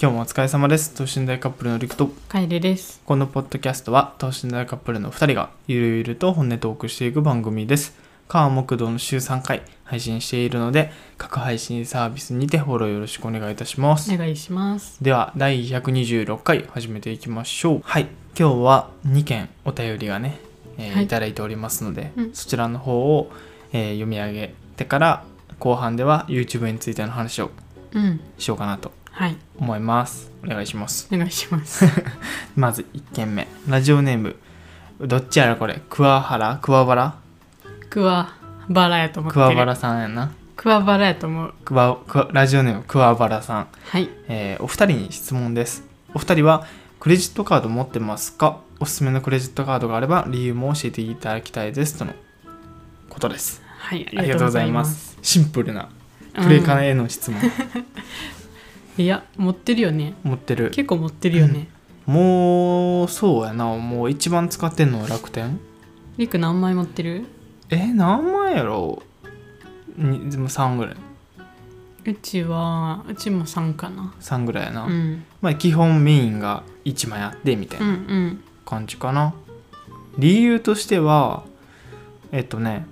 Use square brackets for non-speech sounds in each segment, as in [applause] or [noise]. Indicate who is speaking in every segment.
Speaker 1: 今日もお疲れ様です等身大カップルのりくと
Speaker 2: カエルです。
Speaker 1: このポッドキャストは等身大カップルの2人がゆるゆると本音トークしていく番組です川木道の週3回配信しているので各配信サービスにてフォローよろしくお願いいたします
Speaker 2: お願いします。
Speaker 1: では第126回始めていきましょうはい今日は2件お便りがね、えー
Speaker 2: はい
Speaker 1: い、ただいておりますので、
Speaker 2: うん
Speaker 1: そちらの方を、えー読み上げてから後半では YouTube についての話を
Speaker 2: うん。
Speaker 1: しようかなと
Speaker 2: はい。
Speaker 1: 思いますお願いします
Speaker 2: お願いします。
Speaker 1: [laughs] まず1件目ラジオネームどっちやらこれ桑原桑原
Speaker 2: クワバラやと思ってる。
Speaker 1: 桑原さんやな
Speaker 2: クワバラやと思う。
Speaker 1: 桑桑ラジオネーム桑原さん
Speaker 2: はい。
Speaker 1: えーお二人に質問ですお二人はクレジットカード持ってますかおすすめのクレジットカードがあれば理由も教えていただきたいですとのことです
Speaker 2: はい。
Speaker 1: ありがとうございま
Speaker 2: あ
Speaker 1: すシンプルな
Speaker 2: りがとうございます。
Speaker 1: プレイカーへの [laughs] 質問、
Speaker 2: うんいや、持ってるよね。
Speaker 1: 持ってる
Speaker 2: 結構持ってるよね。
Speaker 1: もうそうやなもう一番使ってんのは楽天
Speaker 2: リク何枚持ってる
Speaker 1: え何万やろにでも3ぐらいう
Speaker 2: ちは、うちも3かな。
Speaker 1: 3ぐらいやな、
Speaker 2: うん。
Speaker 1: まあ基本メインが1枚あってみたいな
Speaker 2: うんうん。
Speaker 1: 感じかな理由としてはえっとね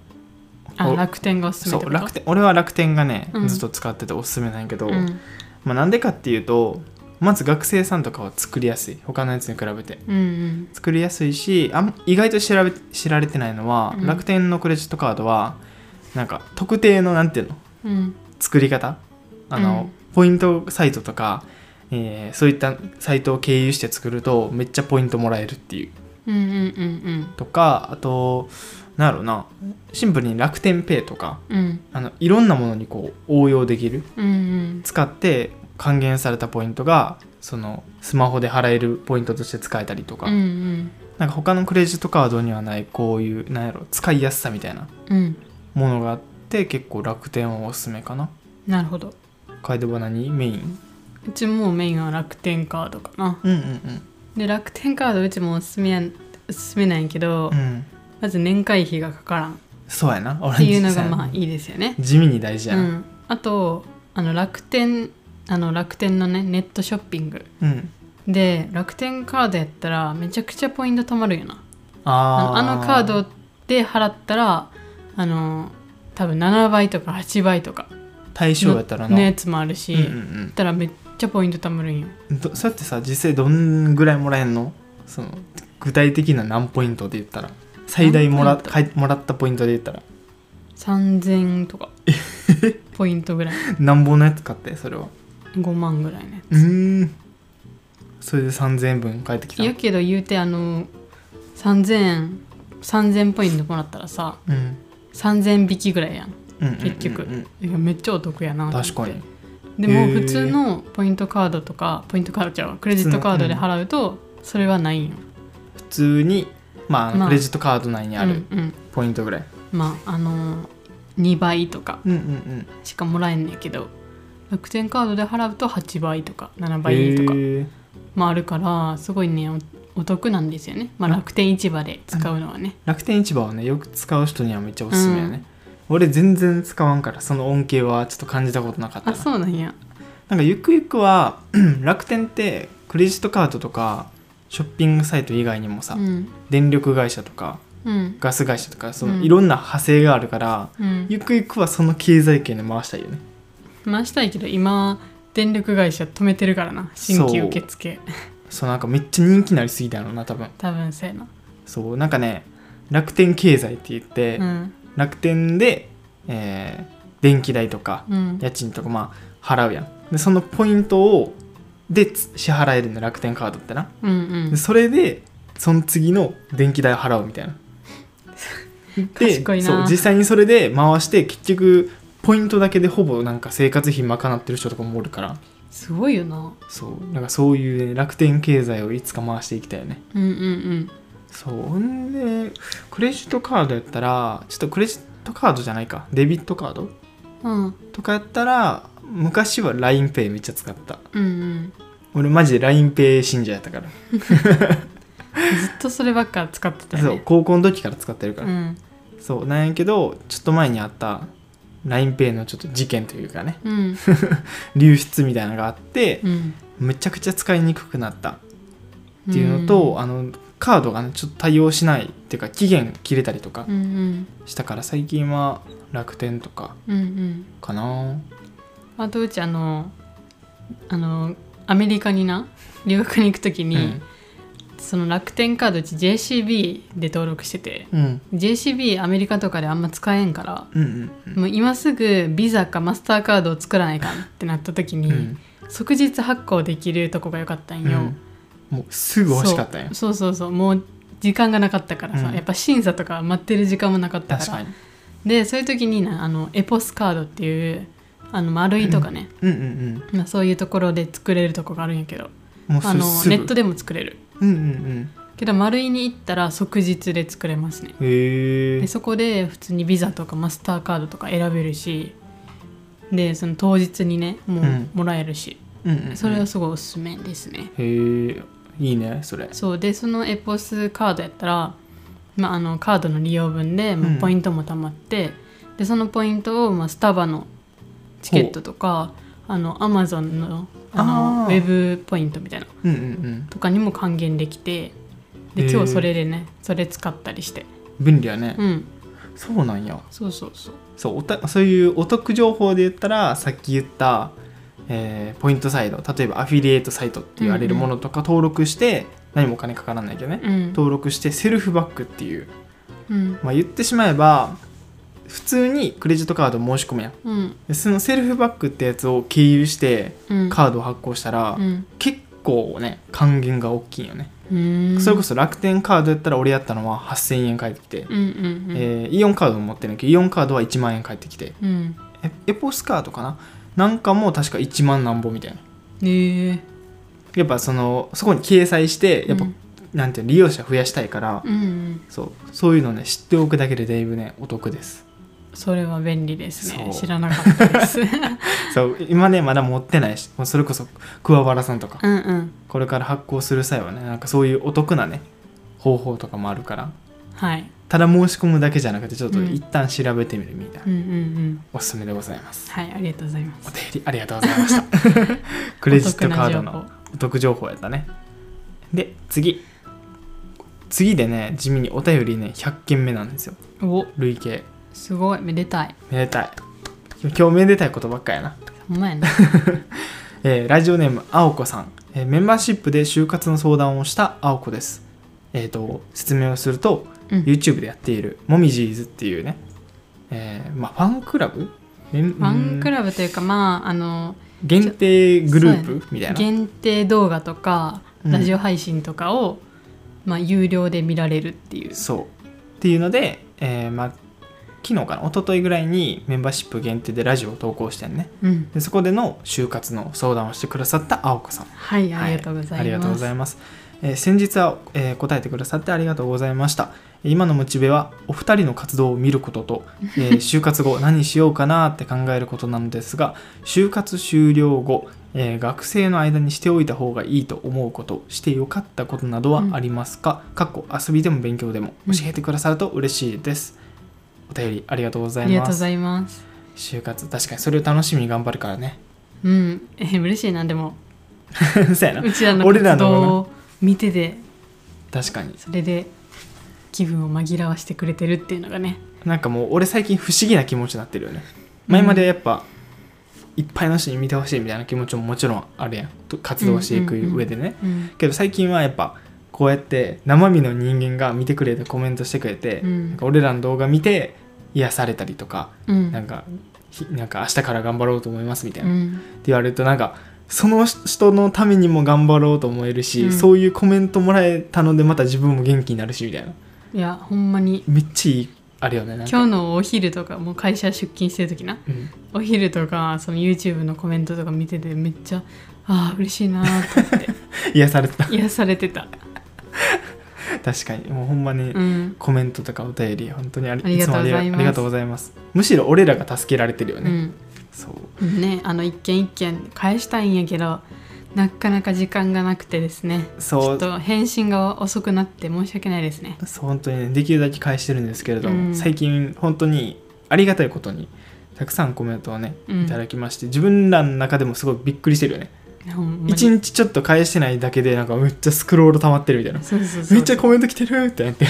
Speaker 2: あ、
Speaker 1: お
Speaker 2: 楽天がおすすめ
Speaker 1: そ
Speaker 2: って
Speaker 1: う
Speaker 2: こと
Speaker 1: 楽天俺は楽天がね、
Speaker 2: うん
Speaker 1: ずっと使ってておすすめなんやけど、
Speaker 2: うん。
Speaker 1: まあ、なんでかっていうとまず学生さんとかは作りやすい他のやつに比べて
Speaker 2: うんうん。
Speaker 1: 作りやすいしあん意外と知られ知られてないのは、
Speaker 2: うん
Speaker 1: 楽天のクレジットカードはなんか特定のなんていうの
Speaker 2: うん。
Speaker 1: 作り方あの、ポイントサイトとか、えーそういったサイトを経由して作るとめっちゃポイントもらえるっていう
Speaker 2: うんうんうん
Speaker 1: とかあとなんやろうなシンプルに楽天ペイとか
Speaker 2: うん。うん
Speaker 1: あのいろんなものにこう応用できる
Speaker 2: うんうん。
Speaker 1: 使って還元されたポイントがそのスマホで払えるポイントとして使えたりとか、
Speaker 2: うんうん。
Speaker 1: なんか他のクレジットカードにはないこういうなんやろ使いやすさみたいな
Speaker 2: うん。
Speaker 1: ものがあって結構楽天はおすすめかな
Speaker 2: なるほど。
Speaker 1: 楓は何メイン
Speaker 2: うちもメインは楽天カードかな。
Speaker 1: うんうん
Speaker 2: で楽天カードうちもおすすめやんおすすめなんやけど、
Speaker 1: うんうん
Speaker 2: まず年会費がかからん
Speaker 1: そうやな俺
Speaker 2: っていうの
Speaker 1: 実
Speaker 2: が
Speaker 1: 際
Speaker 2: まあいいですよね。
Speaker 1: 地味に大事
Speaker 2: う
Speaker 1: やな、
Speaker 2: ん、あとあの楽天あの楽天のねネットショッピング
Speaker 1: うん
Speaker 2: で楽天カードやったらめちゃくちゃポイント貯まるよなあ
Speaker 1: あ
Speaker 2: のあのカードで払ったらあの多分7倍とか8倍とか
Speaker 1: 対象やったらな、
Speaker 2: のやつもあるし、
Speaker 1: うんうんう
Speaker 2: だ
Speaker 1: ん
Speaker 2: ったらめっちゃポイント貯まるんよ
Speaker 1: どそうやってさ実際どんぐらいもらえんのその具体的な何ポイントで言ったら最大もら
Speaker 2: 何ポ
Speaker 1: かいもらったポイントで言ったら
Speaker 2: 3000とか [laughs] ポイントぐらい
Speaker 1: 何本のやつ買ってそれは
Speaker 2: 5万ぐらいね
Speaker 1: うーんそれで3000円分返ってきた
Speaker 2: やけど言うてあの3000円3000ポイントもらったらさ
Speaker 1: うん、うん
Speaker 2: 3000匹ぐらいやん
Speaker 1: うんうんうん
Speaker 2: 結局いやめっちゃお得やなと思って
Speaker 1: 確かに
Speaker 2: でも
Speaker 1: へー
Speaker 2: 普通のポイントカードとかポイントカードちゃうわクレジットカードで払うとそれはないんよ
Speaker 1: 普通にまああの
Speaker 2: まあ
Speaker 1: クレジットカード内にあ
Speaker 2: う
Speaker 1: る
Speaker 2: んうん
Speaker 1: ポイントぐらい、
Speaker 2: まああの2倍とか
Speaker 1: うん、うんうん
Speaker 2: しかもらえんねんけど楽天カードで払うと8倍とか7倍とか
Speaker 1: へー
Speaker 2: もあるからすごいねおお得なんですよね、まあ、楽天市場で使うのはね
Speaker 1: 楽天市場はねよく使う人にはめっちゃおすすめやね、俺全然使わんからその恩恵はちょっと感じたことなかった
Speaker 2: あ
Speaker 1: な
Speaker 2: そうなんや
Speaker 1: なんかゆくゆくは [clears throat] 楽天ってクレジットカードとかショッピングサイト以外にもさ、
Speaker 2: うん
Speaker 1: 電力会社とか
Speaker 2: うん
Speaker 1: ガス会社とかそうの
Speaker 2: ん
Speaker 1: いろんな派生があるから、
Speaker 2: うん
Speaker 1: ゆくゆくはその経済圏で回したいよね
Speaker 2: 回したいけど今電力会社止めてるからな新規受付
Speaker 1: そうなんかめっちゃ人気になりすぎたのな多分
Speaker 2: 多分そうやな、
Speaker 1: そうなんかね楽天経済って言って、
Speaker 2: うん
Speaker 1: 楽天で、えー電気代とか
Speaker 2: うん、
Speaker 1: 家賃とかまあ払うやんでそのポイントをでつ支払えるんだ楽天カードってな
Speaker 2: うん
Speaker 1: でそれでその次の電気代を払うみたいな。で
Speaker 2: 賢いな
Speaker 1: そう実際にそれで回して結局ポイントだけでほぼなんか生活費賄ってる人とかもおるから
Speaker 2: すごいよな
Speaker 1: そうなんかそういう、ね、楽天経済をいつか回していきたいよね
Speaker 2: うんうん
Speaker 1: そうほんでクレジットカードやったらちょっとクレジットカードじゃないかデビットカード
Speaker 2: うんうん
Speaker 1: とかやったら昔は LINEPay めっちゃ使った
Speaker 2: うんうん
Speaker 1: 俺マジで LINEPay 信者やったから、
Speaker 2: ずっとそればっか使ってたよ
Speaker 1: そう
Speaker 2: ね
Speaker 1: 高校の時から使ってるから、
Speaker 2: ん
Speaker 1: そうなんやけどちょっと前にあった LINEPay のちょっと事件というかね
Speaker 2: うん
Speaker 1: 流出みたいなのがあって、
Speaker 2: うん
Speaker 1: めちゃくちゃ使いにくくなった [laughs] っていうのと、あのカードがねちょっと対応しないっていうか期限切れたりとか
Speaker 2: うんうん
Speaker 1: したから最近は楽天とか
Speaker 2: うんうん
Speaker 1: かな
Speaker 2: あとうちあのあのアメリカにな留学に行くときに、
Speaker 1: うん
Speaker 2: その楽天カードうち JCB で登録してて
Speaker 1: うん、
Speaker 2: JCB アメリカとかであんま使えんから、
Speaker 1: うんうん
Speaker 2: もう今すぐビザかマスターカードを作らないかんってなった時
Speaker 1: う
Speaker 2: に、
Speaker 1: んうん
Speaker 2: 即日発行できるとこが良かったん
Speaker 1: う
Speaker 2: よ、
Speaker 1: んもうすぐ欲しかったんよ
Speaker 2: そうそうそうもう時間がなかったからさ、
Speaker 1: うん
Speaker 2: やっぱ審査とか待ってる時間もなかったか
Speaker 1: 確
Speaker 2: ら
Speaker 1: かに
Speaker 2: でそういう時になあのエポスカードっていうあの丸いとかね、
Speaker 1: うんうん
Speaker 2: まあ、そういうところで作れるとこがあるんやけど
Speaker 1: うんもう
Speaker 2: あの
Speaker 1: すぐ
Speaker 2: ネットでも作れる
Speaker 1: うんうん
Speaker 2: けど丸いに行ったら即日で作れますね
Speaker 1: うんへえ
Speaker 2: でそこで普通にビザとかマスターカードとか選べるしでその当日にねもう
Speaker 1: うん
Speaker 2: もらえるし、
Speaker 1: うんうんうん
Speaker 2: それはすごいおすすめですね、
Speaker 1: へえいいねそれ
Speaker 2: そうでそのエポスカードやったら、まあ、あのカードの利用分で、まあ
Speaker 1: うん
Speaker 2: ポイントも貯まって、でそのポイントを、まあ、スタバのチケットとかあのアマゾンのあの
Speaker 1: あ
Speaker 2: ウ
Speaker 1: ー
Speaker 2: ェブポイントみたいな
Speaker 1: うんうんうん
Speaker 2: とかにも還元できてで
Speaker 1: へー
Speaker 2: 今日それでねそれ使ったりして
Speaker 1: 便利やね、
Speaker 2: うん
Speaker 1: そうなんや
Speaker 2: そうそうそう
Speaker 1: そうおたそういうお得情報で言ったらさっき言った、えーポイントサイト例えばアフィリエイトサイトって言われるものとか登録して、何もお金かからないけどね、
Speaker 2: うん
Speaker 1: 登録してセルフバックっていう、
Speaker 2: うん
Speaker 1: まあ、言ってしまえば普通にクレジットカード申し込むやん
Speaker 2: うん
Speaker 1: でそのセルフバックってやつを経由して
Speaker 2: うん
Speaker 1: カードを発行したら、
Speaker 2: うん
Speaker 1: 結構ね還元が大きいよね、
Speaker 2: うん
Speaker 1: それこそ楽天カードやったら俺やったのは8000円返ってきて、
Speaker 2: うんうんうん
Speaker 1: えーイオンカードも持ってるんだけどイオンカードは1万円返ってきて
Speaker 2: うん
Speaker 1: えエポスカードかななんかも確か1万なんぼみたいな
Speaker 2: ねえ
Speaker 1: やっぱそのそこに掲載してやっぱ、
Speaker 2: うん
Speaker 1: なんていうの利用者増やしたいから、
Speaker 2: うんうん
Speaker 1: そうそういうのね知っておくだけでだいぶねお得です
Speaker 2: それは便利ですね
Speaker 1: そう
Speaker 2: 知らなかったです
Speaker 1: [laughs] そう今ねまだ持ってないしもうそれこそ桑原さんとか
Speaker 2: うんうん
Speaker 1: これから発行する際はねなんかそういうお得なね方法とかもあるから
Speaker 2: はい
Speaker 1: ただ申し込むだけじゃなくてちょっと
Speaker 2: うん
Speaker 1: 一旦調べてみるみたいな、
Speaker 2: うんうんうん
Speaker 1: おすすめでございます
Speaker 2: はいありがとうございま
Speaker 1: お
Speaker 2: す
Speaker 1: 手入りありがとうございました
Speaker 2: [laughs]
Speaker 1: クレジットカード
Speaker 2: お得な情報
Speaker 1: のお得情報やったねで次次でね地味にお便りね100件目なんですよ
Speaker 2: お
Speaker 1: 累計
Speaker 2: すごいめでたい
Speaker 1: めでたい今日めでたいことばっかやな
Speaker 2: ほんまやな
Speaker 1: えーラジオネームあおこさん、えーメンバーシップで就活の相談をしたあおこですえっ、と説明をすると、
Speaker 2: うん
Speaker 1: YouTube でやっているもみじーズっていうね、えーまあ、ファンクラブメン
Speaker 2: ファンク
Speaker 1: うん
Speaker 2: ラブというかまああの
Speaker 1: 限定グルー
Speaker 2: そう
Speaker 1: プみたいな
Speaker 2: 限定動画とか
Speaker 1: うん
Speaker 2: ラジオ配信とかを、まあ、有料で見られるっていう
Speaker 1: そうっていうので、えーまあ、昨日かな一昨日ぐらいにメンバーシップ限定でラジオを投稿してんね
Speaker 2: うん
Speaker 1: でそこでの就活の相談をしてくださったあおこさん
Speaker 2: はい
Speaker 1: は
Speaker 2: ありがとうございます、
Speaker 1: ありがとうございます、えー先日は、えー答えてくださってありがとうございました今のモチベはお二人の活動を見ることと、
Speaker 2: [laughs]
Speaker 1: えー就活後何しようかなって考えることなのですが就活終了後、えー学生の間にしておいた方がいいと思うことしてよかったことなどはありますか、かっこ遊びでも勉強でも
Speaker 2: うん
Speaker 1: 教えてくださると嬉しいです、お便りありがとうござ
Speaker 2: あ
Speaker 1: い
Speaker 2: りがと
Speaker 1: ま
Speaker 2: うご
Speaker 1: す
Speaker 2: ざいます
Speaker 1: 就活確かにそれを楽しみに頑張るからね [laughs]
Speaker 2: うんえ嬉しいなでも
Speaker 1: そうやな
Speaker 2: うちらの
Speaker 1: 俺ら
Speaker 2: 活
Speaker 1: の
Speaker 2: 動を見てて
Speaker 1: 確かに
Speaker 2: それで気分を紛らわしてくれてるっていうのがね
Speaker 1: なんかもう俺最近不思議な気持ちになってるよね前まではやっぱ、いっぱいの人に見てほしいみたいな気持ちももちろんあるやんと活動していく上でね、
Speaker 2: うん
Speaker 1: けど最近はやっぱこうやって生身の人間が見てくれてコメントしてくれて、
Speaker 2: うん
Speaker 1: なんか俺らの動画見て癒されたりとか、
Speaker 2: うん
Speaker 1: なんかひなんか明日から頑張ろうと思いますみたいうな、って
Speaker 2: ん
Speaker 1: 言われるとなんかその人のためにも頑張ろうと思えるし、
Speaker 2: うん
Speaker 1: そういうコメントもらえたのでまた自分も元気になるしみたいない
Speaker 2: やほんまに
Speaker 1: めっちゃいいあれよねなんか
Speaker 2: 今日のお昼とかもう会社出勤してる時な
Speaker 1: うん
Speaker 2: お昼とかその YouTube のコメントとか見ててめっちゃああ嬉しいなーって
Speaker 1: 癒されてた
Speaker 2: 癒されてた
Speaker 1: 確かに [laughs] もうほんまに
Speaker 2: うん
Speaker 1: コメントとかお便り本当にあり
Speaker 2: ありがとうござい
Speaker 1: つも
Speaker 2: ます
Speaker 1: ありありがとうございますむしろ俺らが助けられてるよ
Speaker 2: う
Speaker 1: ね、
Speaker 2: ん
Speaker 1: そう
Speaker 2: ね、あの一件一件返したいんやけどなかなか時間がなくてですねち
Speaker 1: そ
Speaker 2: ょ
Speaker 1: う
Speaker 2: っと返信が遅くなって申し訳ないですね
Speaker 1: そう本当にねできるだけ返してるんですけれども、
Speaker 2: うん
Speaker 1: 最近本当にありがたいことにたくさんコメントをね
Speaker 2: うん
Speaker 1: いただきまして、自分らの中でもすごいびっくりしてるよね
Speaker 2: ほんまに
Speaker 1: 一日ちょっと返してないだけでなんかめっちゃスクロール溜まってるみたいな
Speaker 2: そうそうそう
Speaker 1: めっちゃコメント来てるってなって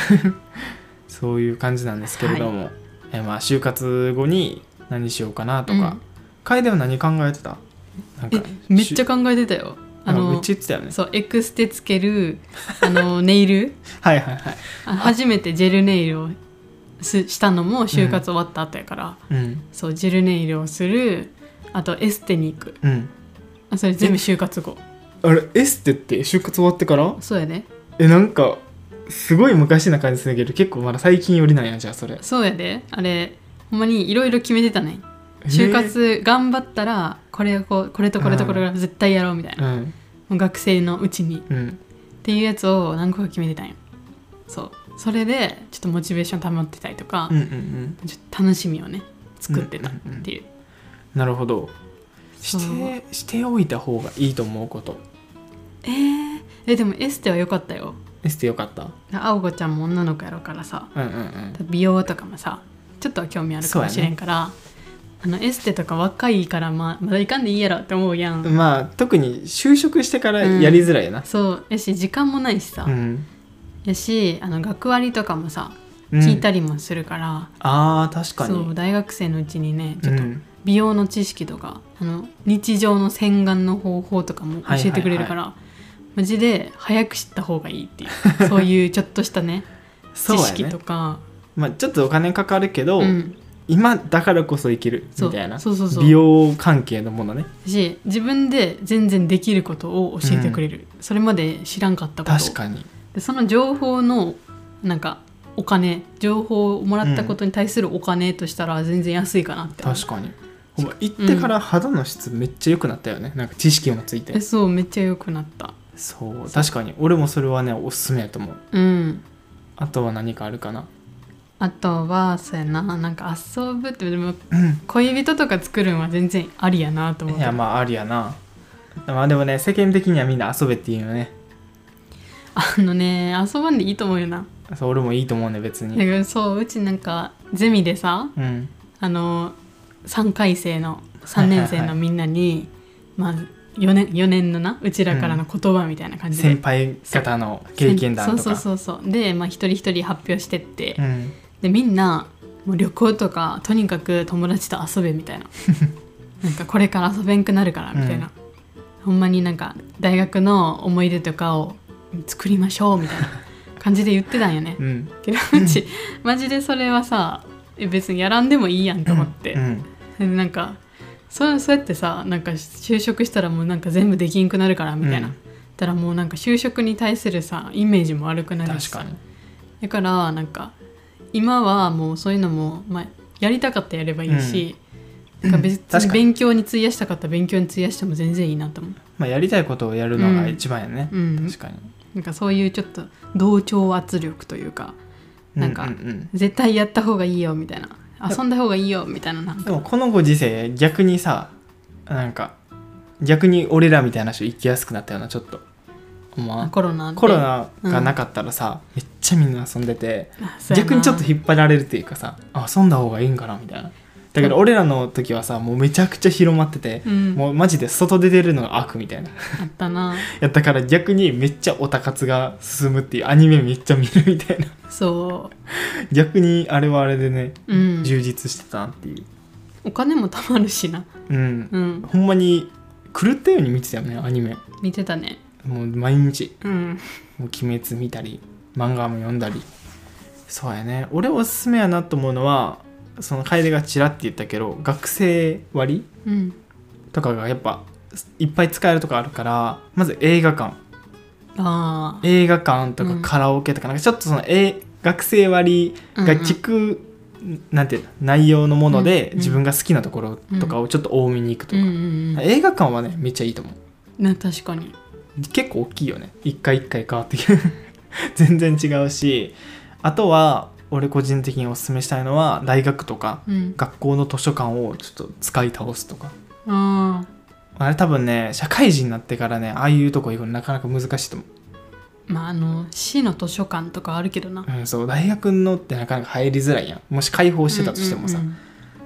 Speaker 1: [laughs] そういう感じなんですけれども、えまあ就活後に何しようかなとか、楓は何考えてたなんか
Speaker 2: うんめっちゃ
Speaker 1: し
Speaker 2: 考えてたよあ
Speaker 1: あのめっ
Speaker 2: の
Speaker 1: ちゃ言ってたよね
Speaker 2: そうエクステつけるあのネイル
Speaker 1: はいはいはい
Speaker 2: あ初めてジェルネイルをすしたのも就活終わった後やから、
Speaker 1: うん
Speaker 2: そうジェルネイルをするあとエステに行く
Speaker 1: うん
Speaker 2: あそれ全部就活後
Speaker 1: あれエステって就活終わってから
Speaker 2: そうやで
Speaker 1: えなんかすごい昔な感じするけど結構まだ最近寄りなんやじゃあそれ
Speaker 2: そうやであれほんまにいろいろ決めてたね就活頑張ったらこれこうこれとこれとこれが絶対やろうみたい
Speaker 1: え
Speaker 2: な、
Speaker 1: ー
Speaker 2: もう学生のうちにっ
Speaker 1: うんうん
Speaker 2: ていうやつを何個か決めてたんよそうそれでちょっとモチベーション保ってたりとか
Speaker 1: うんう、んうん
Speaker 2: ちょっと楽しみをね作ってたっ
Speaker 1: うんうんうん
Speaker 2: ていう,、
Speaker 1: なるほどし
Speaker 2: そう
Speaker 1: てしておいた方がいいと思うこと
Speaker 2: えーえでもエステは良かったよ
Speaker 1: エステよかった
Speaker 2: 青子ちゃんも女の子やろうからさ
Speaker 1: うんうんうん
Speaker 2: 美容とかもさちょっとは興味あるかもしれんから、あのエステとか若いから、まあ、まだ行かんでいいやろって思うやん、
Speaker 1: まあ特に就職してからやりづらいよな、
Speaker 2: そうやし時間もないしさ、
Speaker 1: うん
Speaker 2: やしあの学割とかもさ
Speaker 1: うん
Speaker 2: 聞いたりもするから、
Speaker 1: あー確かに
Speaker 2: そう大学生のうちにねちょっと
Speaker 1: うん
Speaker 2: 美容の知識とか、あの日常の洗顔の方法とかも教えてくれるから、マジで早く知った方がいいっていう
Speaker 1: [laughs]
Speaker 2: そういうちょっとしたね
Speaker 1: そう
Speaker 2: 知
Speaker 1: や
Speaker 2: 識
Speaker 1: ね
Speaker 2: とか
Speaker 1: まあ、ちょっとお金かかるけど、
Speaker 2: うん
Speaker 1: 今だからこそいける
Speaker 2: そ
Speaker 1: み
Speaker 2: う
Speaker 1: たいな
Speaker 2: そうそうそう
Speaker 1: 美容関係のものね
Speaker 2: し自分で全然できることを教えてくれる、それまで知らんかったこと
Speaker 1: 確かに
Speaker 2: でその情報のなんかお金情報をもらったことに対するお金としたら全然安いかなって思う
Speaker 1: 確かにほんま行ってから肌の質めっちゃ良くなったよね、なんか知識もついて
Speaker 2: えそうめっちゃ良くなった
Speaker 1: そう確かに俺もそれはねおすすめやと思う
Speaker 2: うん
Speaker 1: あとは何かあるかな
Speaker 2: あとはそうやななんか遊ぶってでも恋人とか作るんは全然ありやなと思っ
Speaker 1: い
Speaker 2: て
Speaker 1: やまああるやなまあでもね世間的にはみんな遊べっていうよね
Speaker 2: あのね遊ばんでいいと思うよな
Speaker 1: そう俺もいいと思うね別
Speaker 2: だ
Speaker 1: に
Speaker 2: けどそううちなんかゼミでさ
Speaker 1: うん
Speaker 2: あの3回生の3年生のみんなに、まあ4年 ,4 年のなうちらからの言葉みたいな感じで、
Speaker 1: 先輩方の経験談と
Speaker 2: そう
Speaker 1: か
Speaker 2: そうそうそうで、まあ、一人一人発表してって、
Speaker 1: うん
Speaker 2: でみんなもう旅行とかとにかく友達と遊べ
Speaker 1: [laughs]
Speaker 2: みたいななんかこれから遊べんくなるからみたいな、ほんまになんか大学の思い出とかを作りましょう
Speaker 1: [laughs]
Speaker 2: みたいな感じで言ってたんよね
Speaker 1: うん
Speaker 2: けどうちマジでそれはさえ別にやらんでもいいやんと思って、
Speaker 1: うん
Speaker 2: で [laughs] なんかそうそうやってさなんか就職したらもうなんか全部できんくなるからみたいな、
Speaker 1: うん
Speaker 2: たらもうなんか就職に対するさイメージも悪くなるし
Speaker 1: 確か
Speaker 2: さ
Speaker 1: に
Speaker 2: だからなんか今はもうそういうのも、まあ、やりたかったらやればいいし、なんか別
Speaker 1: 確か
Speaker 2: に
Speaker 1: に
Speaker 2: 勉強に費やしたかったら勉強に費やしても全然いいなと思う
Speaker 1: まあやりたいことをやるのが一番やね、
Speaker 2: うん
Speaker 1: 確かに
Speaker 2: なんかそういうちょっと同調圧力というかなんか
Speaker 1: うううん
Speaker 2: 絶対やった方がいいよみたいな遊んだ方がいいよみたいななんか
Speaker 1: でもこのご時世逆にさなんか逆に俺らみたいな人行きやすくなったよなちょっとま
Speaker 2: コロナ
Speaker 1: あ
Speaker 2: で
Speaker 1: コロナがなかったらさ、めっちゃみんな遊んでて
Speaker 2: あそうやな
Speaker 1: 逆にちょっと引っ張られるっていうかさあ遊んだ方がいいんかなみたいなだけど俺らの時はさもうめちゃくちゃ広まってて、
Speaker 2: うん
Speaker 1: もうマジで外で出るのが悪みたいな [laughs]
Speaker 2: あったな
Speaker 1: やったから逆にめっちゃオタ活が進むっていうアニメめっちゃ見るみたいな
Speaker 2: そ
Speaker 1: 逆にあれはあれでね
Speaker 2: ううん
Speaker 1: 充実してたなっていう
Speaker 2: お金も貯まるしな
Speaker 1: うん
Speaker 2: うん
Speaker 1: ほんまに狂ったように見てたよねアニメ
Speaker 2: 見てたね
Speaker 1: もう毎日
Speaker 2: うん
Speaker 1: 「もう鬼滅」見たり漫画も読んだりそうやね俺おすすめやなと思うのはその楓がちらって言ったけど学生割
Speaker 2: うん
Speaker 1: とかがやっぱいっぱい使えるとかあるからまず映画館
Speaker 2: あ
Speaker 1: 映画館と
Speaker 2: う
Speaker 1: か
Speaker 2: ん
Speaker 1: カラオケとか,、なんかちょっとその、え学生割
Speaker 2: あ
Speaker 1: が地区、なんていうの内容のもので、
Speaker 2: うん
Speaker 1: 自分が好きなところとかをちょっと多めに行くと
Speaker 2: うん
Speaker 1: か、
Speaker 2: うんうんうん
Speaker 1: 映画館はねめっちゃいいと思う
Speaker 2: な確かに
Speaker 1: 結構大きいよね一回一回変わってくる [laughs] 全然違うしあとは俺個人的におすすめしたいのは大学とか
Speaker 2: うん
Speaker 1: 学校の図書館をちょっと使い倒すとか
Speaker 2: あ
Speaker 1: あれ多分ね社会人になってからねああいうとこ行くのなかなか難しいと思
Speaker 2: ーまああの市の図書館とかあるけどな
Speaker 1: う、うん、そう大学のってなかなか入りづらいやんもし開放してたとしてもさ、
Speaker 2: うんうんうん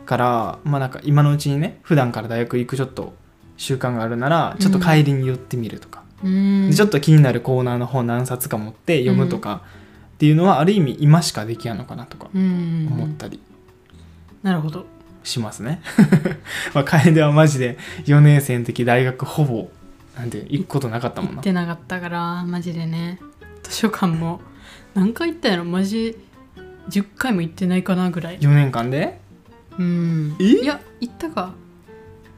Speaker 1: からまあなんか今のうちにね普段から大学行くちょっと習慣があるならちょっと帰りに寄ってみるとか、
Speaker 2: うん
Speaker 1: でちょっと気になるコーナーの本何冊か持って読むとか、っていうのはある意味今しかできやんのかなとか
Speaker 2: うん
Speaker 1: 思ったり
Speaker 2: なるほど
Speaker 1: しますね。 [laughs] まあ楓はマジで4年生の時大学ほぼなんて行くことなかったもん
Speaker 2: 行
Speaker 1: な
Speaker 2: っ。てなかったからマジでね図書館も何回行ったやろマジ10回も行ってないかなぐらい
Speaker 1: 4年間で
Speaker 2: うん
Speaker 1: え
Speaker 2: いや行ったか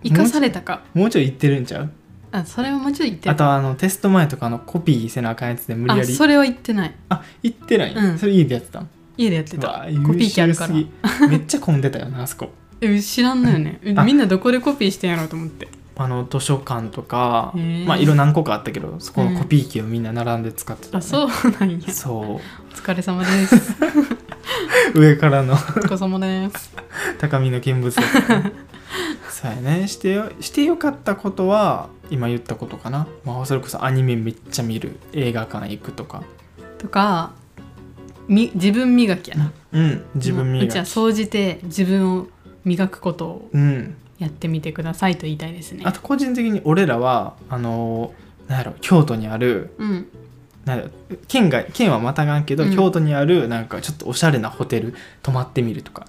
Speaker 2: 行かされたか
Speaker 1: もうちょい行ってるんちゃう
Speaker 2: あそれはもうちょい行って
Speaker 1: あ
Speaker 2: る
Speaker 1: とはあのテスト前とかのコピーせなあかんやつで無理や
Speaker 2: あ
Speaker 1: り
Speaker 2: それは行ってない
Speaker 1: あ行ってない、
Speaker 2: うん
Speaker 1: それ家でやってたの
Speaker 2: 家でやって
Speaker 1: うわ
Speaker 2: た
Speaker 1: 優
Speaker 2: コピー機
Speaker 1: 秀
Speaker 2: あるか
Speaker 1: す
Speaker 2: ら
Speaker 1: ぎめっちゃ混んでたよなあそこ
Speaker 2: え知らんのよね
Speaker 1: [laughs]
Speaker 2: え
Speaker 1: あ
Speaker 2: みんなどこでコピーしてんやろうと思って
Speaker 1: あの図書館とか
Speaker 2: へー
Speaker 1: まあ色何個かあったけどそこのコピー機をみんな並んで使ってた、
Speaker 2: あ
Speaker 1: ね
Speaker 2: そうな
Speaker 1: [laughs]
Speaker 2: んや
Speaker 1: そ
Speaker 2: お疲れ様です
Speaker 1: [laughs] う上からの [laughs]
Speaker 2: お疲れ様です
Speaker 1: 高みの見物やったねそうやねしてよしてよかったことは今言ったことかな、まあ、それこそアニメめっちゃ見る映画館行くとか
Speaker 2: とかみ自分磨きやな
Speaker 1: うん自分磨
Speaker 2: うちは
Speaker 1: き
Speaker 2: 総じて自分を磨くことを
Speaker 1: うん
Speaker 2: やってみてくださいと言いたいですね
Speaker 1: あと個人的に俺らはあのーなんやろ京都にある
Speaker 2: うん
Speaker 1: なんやろ県外県はまたがんけど、
Speaker 2: うん
Speaker 1: 京都にあるなんかちょっとおしゃれなホテル泊まってみるとか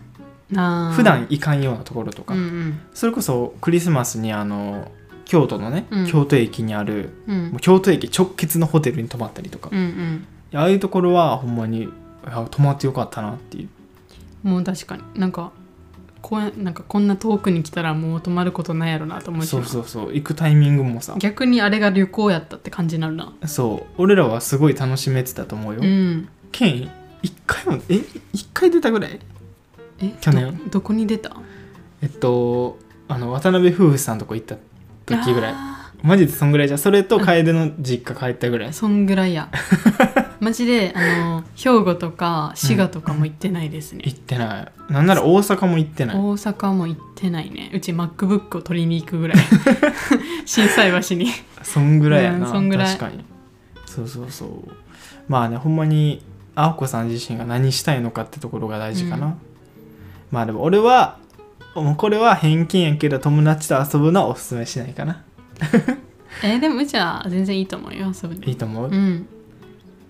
Speaker 2: あー
Speaker 1: 普段行かんようなところとか、
Speaker 2: うんうん
Speaker 1: それこそクリスマスにあの京都のね、
Speaker 2: うん
Speaker 1: 京都駅にある
Speaker 2: うん
Speaker 1: もう京都駅直結のホテルに泊まったりとか、
Speaker 2: うん
Speaker 1: ああいうところはほんまにあ泊まってよかったなっていう
Speaker 2: うんもう確かになんかこうなんかこんな遠くに来たらもう泊まることないやろなと思うし
Speaker 1: そうそうそう行くタイミングもさ
Speaker 2: 逆にあれが旅行やったって感じになるな
Speaker 1: そう俺らはすごい楽しめてたと思うよ、
Speaker 2: うん
Speaker 1: 県一回もえ一回出たぐらい
Speaker 2: え
Speaker 1: 去年
Speaker 2: どどこに出た
Speaker 1: えっとあの渡辺夫婦さんとこ行った時ぐらい
Speaker 2: あ
Speaker 1: マジでそんぐらいじゃんそれと楓の実家帰ったぐらい
Speaker 2: ーそんぐら
Speaker 1: [laughs]
Speaker 2: いやマジであの兵庫とか滋賀とかも行ってないですね、
Speaker 1: 行ってないなんなら大阪も行ってない
Speaker 2: 大阪も行ってないねうち MacBook を取りに行
Speaker 1: [laughs]
Speaker 2: くぐらい震災橋に
Speaker 1: そんぐらいやな、
Speaker 2: うんそんぐらい
Speaker 1: 確かにそうそうそうまあねほんまにあおこさん自身が何したいのかってところが大事かな、
Speaker 2: う
Speaker 1: まあでも俺はもうこれは偏見やけど友達と遊ぶのはおすすめしないかな
Speaker 2: えーでもうちは全然いいと思うよ遊ぶ
Speaker 1: い
Speaker 2: で
Speaker 1: いと思う
Speaker 2: うん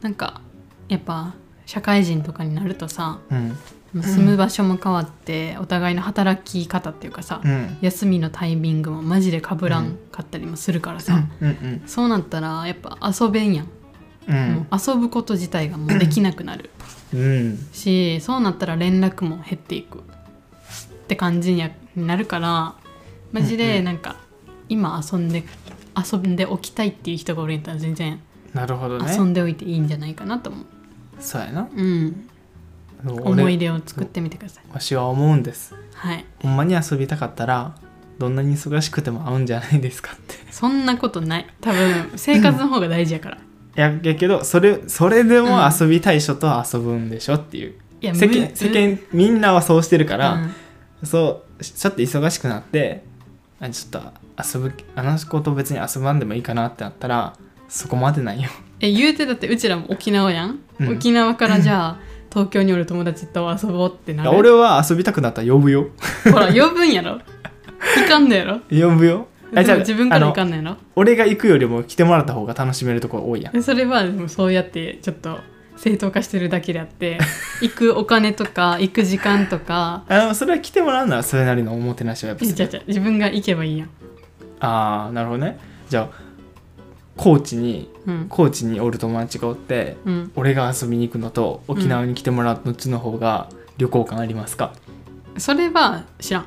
Speaker 2: なんかやっぱ社会人とかになるとさ
Speaker 1: うん
Speaker 2: 住む場所も変わって、お互いの働き方っていうかさ、
Speaker 1: うん
Speaker 2: 休みのタイミングもマジでかぶらんかったりもするからさ、
Speaker 1: うんうん
Speaker 2: そうなったらやっぱ遊べんやん、
Speaker 1: う
Speaker 2: もうん遊ぶこと自体がもうできなくなる
Speaker 1: うん
Speaker 2: しそうなったら連絡も減っていくって感じにやなるからマジ
Speaker 1: うんう
Speaker 2: で
Speaker 1: ん
Speaker 2: なんか、今遊んで遊んでおきたいっていう人がおるんやったら全然
Speaker 1: なるほど
Speaker 2: 遊
Speaker 1: ね
Speaker 2: んでおいていいんじゃないかなと思う、
Speaker 1: そうやな
Speaker 2: うん、
Speaker 1: 俺
Speaker 2: 思い出を作ってみてください
Speaker 1: わしは思うんです
Speaker 2: はい
Speaker 1: ほんまに遊びたかったらどんなに忙しくても会うんじゃないですかって
Speaker 2: そんなことない多分生活の方が大事やから
Speaker 1: いややけどそれそれでも
Speaker 2: うん
Speaker 1: 遊びたい人と遊ぶんでしょっていう、
Speaker 2: いや
Speaker 1: 世
Speaker 2: む
Speaker 1: 間世間みんなはそうしてるから、
Speaker 2: うん
Speaker 1: そうしちょっと忙しくなってあちょっと遊ぶあの子と別に遊ばんでもいいかなってなったらそこまでなんよ
Speaker 2: え言うてだってうちらも沖縄やん、
Speaker 1: うん
Speaker 2: 沖縄からじゃあ東京におる友達と遊ぼうってなる
Speaker 1: 俺は遊びたくなったら呼ぶよ [laughs]
Speaker 2: ほら呼ぶんやろ行かんのやろ
Speaker 1: 呼ぶよあ
Speaker 2: で
Speaker 1: じゃあ
Speaker 2: も自分から
Speaker 1: あ
Speaker 2: 行
Speaker 1: の
Speaker 2: かんのやろ
Speaker 1: 俺が行くよりも来てもらった方が楽しめるところ多いやん
Speaker 2: でそれはでもそうやってちょっと正当化してるだけであって
Speaker 1: [laughs]
Speaker 2: 行くお金とか行く時間とか
Speaker 1: あのそれは来てもらうならそれなりのおもてなしはやっぱ
Speaker 2: え
Speaker 1: す
Speaker 2: じゃあ
Speaker 1: る
Speaker 2: じゃあ自分が行けばいいやん、
Speaker 1: ああなるほどねじゃあ高知に
Speaker 2: うん
Speaker 1: 高知におる友達がおって
Speaker 2: うん、
Speaker 1: 俺が遊びに行くのと沖縄に来てもらうどっちの方が旅行感ありますか、
Speaker 2: それは
Speaker 1: [laughs]
Speaker 2: 知ら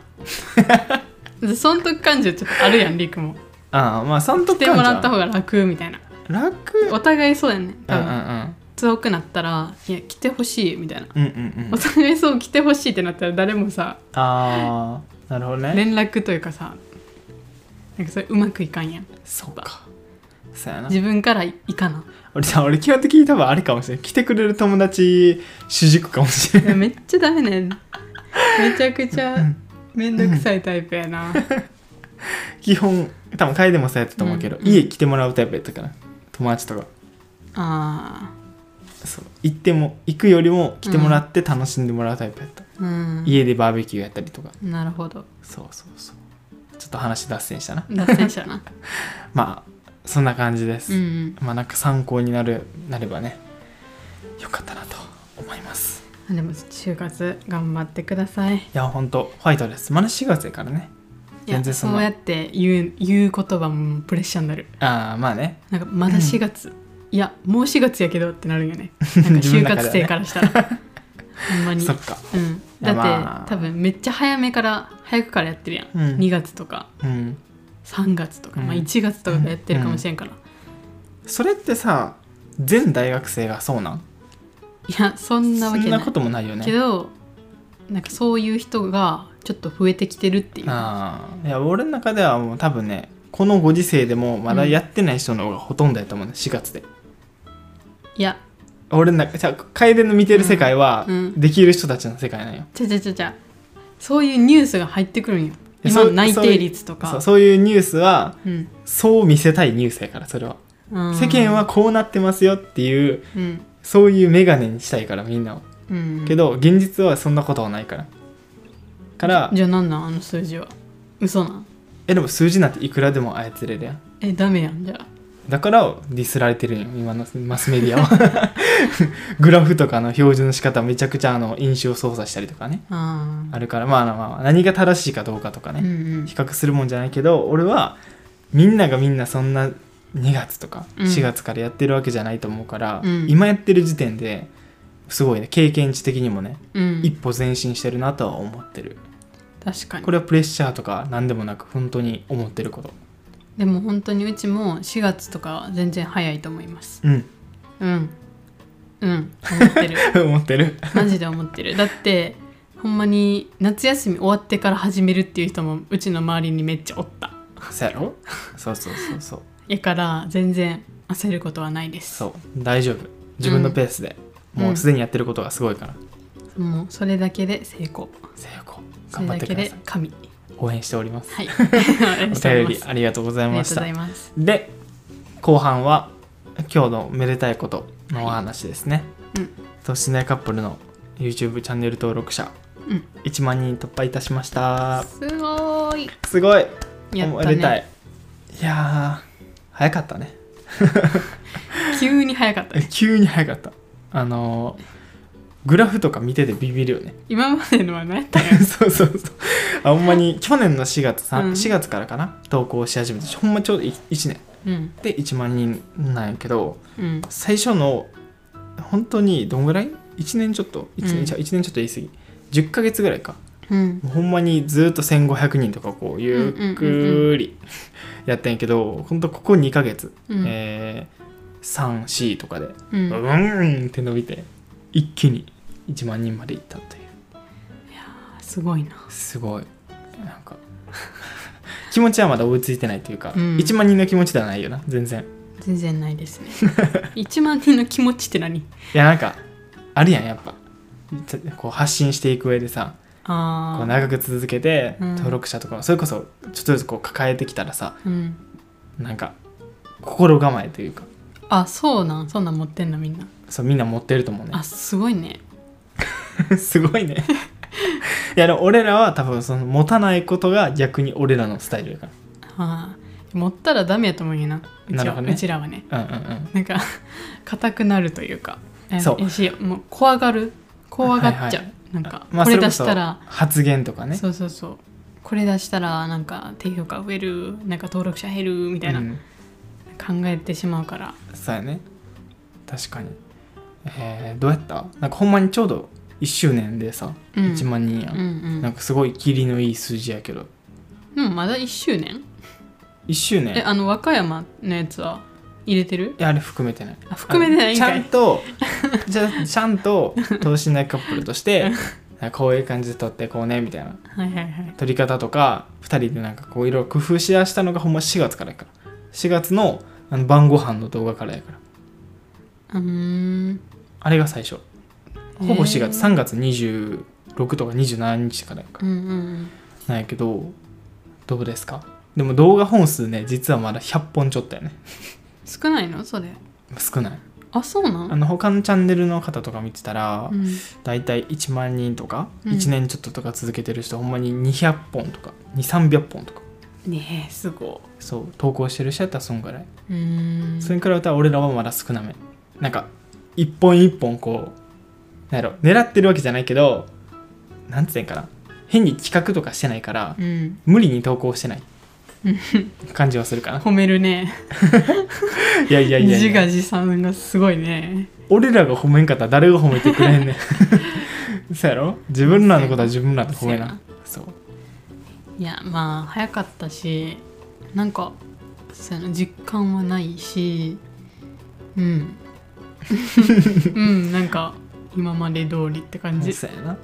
Speaker 2: ん損得感情ちょっとあるやんりくも
Speaker 1: ああまあそんと
Speaker 2: 来てもらった方が楽みたいな
Speaker 1: 楽
Speaker 2: お互いそうやね
Speaker 1: うん
Speaker 2: 多
Speaker 1: うん
Speaker 2: 分、強くなったらいや来てほしいみたいな
Speaker 1: うんうんうんう
Speaker 2: お
Speaker 1: ん
Speaker 2: 互いそう来てほしいってなったら誰もさ
Speaker 1: ああなるほどね
Speaker 2: 連絡というかさなんかそれうまくいかんやん
Speaker 1: そうかそうやな
Speaker 2: 自分からいかな
Speaker 1: 俺さ俺基本的に多分あれかもしれない来てくれる友達主軸かもしれ
Speaker 2: い [laughs]
Speaker 1: ない
Speaker 2: やめっちゃダメねん [laughs] めちゃくちゃめんどくさいタイプやな
Speaker 1: 基本多分楓もそうやったと思うけど、
Speaker 2: うんうん
Speaker 1: 家来てもらうタイプやったから友達とか
Speaker 2: あ
Speaker 1: そう行っても行くよりも来てもらって楽しんでもらうタイプやった、
Speaker 2: ーうん
Speaker 1: 家でバーベキューやったりとか
Speaker 2: なるほど
Speaker 1: そうそうそうちょっと話脱線したな
Speaker 2: 脱線し
Speaker 1: [laughs]
Speaker 2: たな
Speaker 1: まあそんな感じで
Speaker 2: う
Speaker 1: す、
Speaker 2: んうん
Speaker 1: まあなんか参考になるなればねよかったなと思います
Speaker 2: あでも就活頑張ってください
Speaker 1: いやほんとファイトですまだ4月やからね
Speaker 2: いや
Speaker 1: 全然そん
Speaker 2: そ
Speaker 1: な
Speaker 2: うやって言う言う言葉もプレッシャーになる
Speaker 1: ああまあね
Speaker 2: なんかまだ4月、いやもう4月やけどってなるよ
Speaker 1: [laughs]
Speaker 2: ねなんか
Speaker 1: 自分
Speaker 2: 就
Speaker 1: の中ではね
Speaker 2: 活生からしたら、ほんま
Speaker 1: [laughs]
Speaker 2: に
Speaker 1: そっか
Speaker 2: うん、
Speaker 1: いや
Speaker 2: だって、
Speaker 1: まあ
Speaker 2: 多分めっちゃ早めから早くからやってるやん、
Speaker 1: うん
Speaker 2: 2月とか
Speaker 1: うん
Speaker 2: 3月とか、まあ、
Speaker 1: うん
Speaker 2: 1月とかやってるかもしれんから、
Speaker 1: それってさ全大学生がそうなん
Speaker 2: いやそんなわけ
Speaker 1: そん
Speaker 2: ない
Speaker 1: なこともないよね
Speaker 2: けどなんかそういう人がちょっと増えてきてるっていう感
Speaker 1: ああいや俺の中ではもう多分ねこのご時世でもまだやってない人の方がほとんどやと思うね4月で
Speaker 2: じいや
Speaker 1: 俺の中じゃあ楓の見てる世界は、
Speaker 2: うんうん
Speaker 1: できる人たちの世界なんよ
Speaker 2: ちゃちゃちゃちゃそういうニュースが入ってくるんよ
Speaker 1: や
Speaker 2: 今
Speaker 1: そ
Speaker 2: の
Speaker 1: う
Speaker 2: 内定率とか
Speaker 1: そうそういうニュースは
Speaker 2: うん
Speaker 1: そう見せたいニュースやからそれは
Speaker 2: うん
Speaker 1: 世間はこうなってますよっていう
Speaker 2: うん
Speaker 1: そういう眼鏡にしたいからみんなを
Speaker 2: うん
Speaker 1: けど現実はそんなことはないからから
Speaker 2: じゃあなんなんあの数字は嘘なん
Speaker 1: えでも数字なんていくらでも操れるやん
Speaker 2: えダメやんじゃあ
Speaker 1: だからディスられてるんよ今のマスメディアは [laughs] グラフとかの表示の仕方めちゃくちゃあの印象操作したりとかね
Speaker 2: あ
Speaker 1: あるからまあまあまあ何が正しいかどうかとか
Speaker 2: あ、
Speaker 1: ね、
Speaker 2: うんうん
Speaker 1: 比較するもんじゃないけど俺はみんながみんなそんな2月とか
Speaker 2: うん
Speaker 1: 4月からやってるわけじゃないと思うから、
Speaker 2: うん
Speaker 1: 今やってる時点ですごいね経験値的にもね、
Speaker 2: うん
Speaker 1: 一歩前進してるなとは思ってる
Speaker 2: 確かに
Speaker 1: これはプレッシャーとか何でもなく本当に思ってること
Speaker 2: でも本当にうちも4月とかは全然早いと思います
Speaker 1: うん [laughs]
Speaker 2: うんうん思ってる [laughs]
Speaker 1: 思ってる
Speaker 2: マジで思ってるだってほんまに夏休み終わってから始めるっていう人もうちの周りにめっちゃおった
Speaker 1: そうやろそうそうそうそう
Speaker 2: やから全然焦ることはないです
Speaker 1: そう大丈夫自分のペースで、
Speaker 2: うん
Speaker 1: もうすでにやってることがすごいから、
Speaker 2: もうそれだけで成功
Speaker 1: 成功
Speaker 2: そ
Speaker 1: 頑
Speaker 2: れ
Speaker 1: 張っ
Speaker 2: だ
Speaker 1: て
Speaker 2: け
Speaker 1: くだ
Speaker 2: で
Speaker 1: さい
Speaker 2: 神
Speaker 1: 応援しております
Speaker 2: はいお願い
Speaker 1: お
Speaker 2: して [laughs] お
Speaker 1: 便
Speaker 2: りま
Speaker 1: り
Speaker 2: す
Speaker 1: ありがとうござい
Speaker 2: あり
Speaker 1: ま
Speaker 2: が
Speaker 1: し
Speaker 2: とうご
Speaker 1: た
Speaker 2: ざいます
Speaker 1: で後半は今日のめでたいことのお話ですね、
Speaker 2: はいうん
Speaker 1: としないカップルの YouTube チャンネル登録者、
Speaker 2: うん
Speaker 1: 1万人突破いたしました
Speaker 2: すごー
Speaker 1: すごい
Speaker 2: いやっ
Speaker 1: お
Speaker 2: た
Speaker 1: めでた
Speaker 2: ね
Speaker 1: いいやー早かったね [laughs]
Speaker 2: 急に早かったね
Speaker 1: 急に早かったあのーグラフとか見ててビビるよね
Speaker 2: 今までのは何やったんや
Speaker 1: [laughs] そうそうそうあほんまに去年の4月さ、
Speaker 2: うん
Speaker 1: 4月からかな投稿し始めてほんまちょうど1年
Speaker 2: [laughs] うん
Speaker 1: で1万人なんやけど
Speaker 2: うん
Speaker 1: 最初の本当にどんぐらい ?1 年ちょっと1
Speaker 2: うん
Speaker 1: 年,、一年ちょっと言い過ぎ10ヶ月ぐらいか
Speaker 2: うん
Speaker 1: ほんまにずっと1500人とかこうゆっくりやったんやけどほんとここ2ヶ月、
Speaker 2: うん
Speaker 1: えー、34とかで
Speaker 2: う
Speaker 1: うんーんって伸びて一気に1万人までいったという
Speaker 2: すごいな
Speaker 1: すごいなんか気持ちはまだ追いついてないというか、
Speaker 2: うん
Speaker 1: 1万人の気持ちではないよな全然
Speaker 2: 全然ないですね
Speaker 1: [laughs]
Speaker 2: 1万人の気持ちって何
Speaker 1: いやなんかあるやんやっぱちょこう発信していく上でさ
Speaker 2: あ
Speaker 1: こ
Speaker 2: あ
Speaker 1: う長く続けて
Speaker 2: うん
Speaker 1: 登録者とかもそれこそちょっとずつこう抱えてきたらさ
Speaker 2: うん
Speaker 1: なんか心構えというか
Speaker 2: あそうなんそんなん持ってんのみんな
Speaker 1: そうみんな持ってると思うね
Speaker 2: あすごいね
Speaker 1: [laughs] すごい
Speaker 2: [laughs]
Speaker 1: ねいやでも俺らは多分その持たないことが逆に俺らのスタイルやか
Speaker 2: あー持ったらダメやと思うんやなうち
Speaker 1: なる
Speaker 2: は
Speaker 1: ほどね
Speaker 2: うちらはね
Speaker 1: らうんうんうん
Speaker 2: なんか [laughs] 硬くなるというかえ
Speaker 1: そう
Speaker 2: えしもう怖がる怖がっちゃう、
Speaker 1: はい
Speaker 2: なんか、
Speaker 1: まあ
Speaker 2: これ
Speaker 1: そ
Speaker 2: 出
Speaker 1: こ
Speaker 2: し
Speaker 1: そ
Speaker 2: たら
Speaker 1: 発言とかね
Speaker 2: そうそうそうこれ出したらなんか低評価増えるなんか登録者減るみたいな、
Speaker 1: うん
Speaker 2: 考えてしまうから
Speaker 1: そうやね確かにえーどうやったなんかほんまにちょうど1周年でさ、
Speaker 2: うん
Speaker 1: 1万人や、
Speaker 2: うんんう
Speaker 1: なん
Speaker 2: ん
Speaker 1: かすごい霧のいい数字やけど
Speaker 2: でもまだ1周年
Speaker 1: 1周年
Speaker 2: えあの和歌山のやつは入れてる
Speaker 1: いやあれ含めてない
Speaker 2: あ含めてないんか
Speaker 1: あ
Speaker 2: い
Speaker 1: のちゃんとじゃちゃんと等身大カップルとしてなんかこういう感じで撮ってこうねみたいな
Speaker 2: はいはいはい
Speaker 1: 撮り方とか2人でなんかこういろいろ工夫しだしたのがほんま4月からやから4月のあの晩ご飯の動画からやから
Speaker 2: うーん
Speaker 1: あれが最初ほぼ4月
Speaker 2: へー
Speaker 1: 3月26とか27日からやから
Speaker 2: うんうん
Speaker 1: なんやけどどうですかでも動画本数ね実はまだ100本ちょっとやね
Speaker 2: 少ないのそれ
Speaker 1: 少ない
Speaker 2: あそうな
Speaker 1: あ
Speaker 2: ん
Speaker 1: の他のチャンネルの方とか見てたら、
Speaker 2: うん
Speaker 1: 大体1万人とか
Speaker 2: うん
Speaker 1: 1年ちょっととか続けてる人、ほんまに200本とか2300本とか
Speaker 2: ねえすご
Speaker 1: そう投稿してる人やったらそんぐらい、
Speaker 2: いうーん
Speaker 1: それに比べたら俺らはまだ少なめなんか一本一本こうなんやろ狙ってるわけじゃないけどなんて言うんかな変に企画とかしてないから
Speaker 2: うん
Speaker 1: 無理に投稿してない感じはするかな
Speaker 2: 褒めるね
Speaker 1: いやいやいや
Speaker 2: 自
Speaker 1: い
Speaker 2: 画
Speaker 1: や
Speaker 2: 自賛がすごいね
Speaker 1: 俺らが褒めんかったら誰が褒めてくれんね
Speaker 2: [laughs]
Speaker 1: んそうやろ自分らのことは自分らで褒めなそう
Speaker 2: いやまあ早かったしなんかその実感はないしうん
Speaker 1: [laughs]
Speaker 2: うんなんか今まで通りって感じ
Speaker 1: そうやな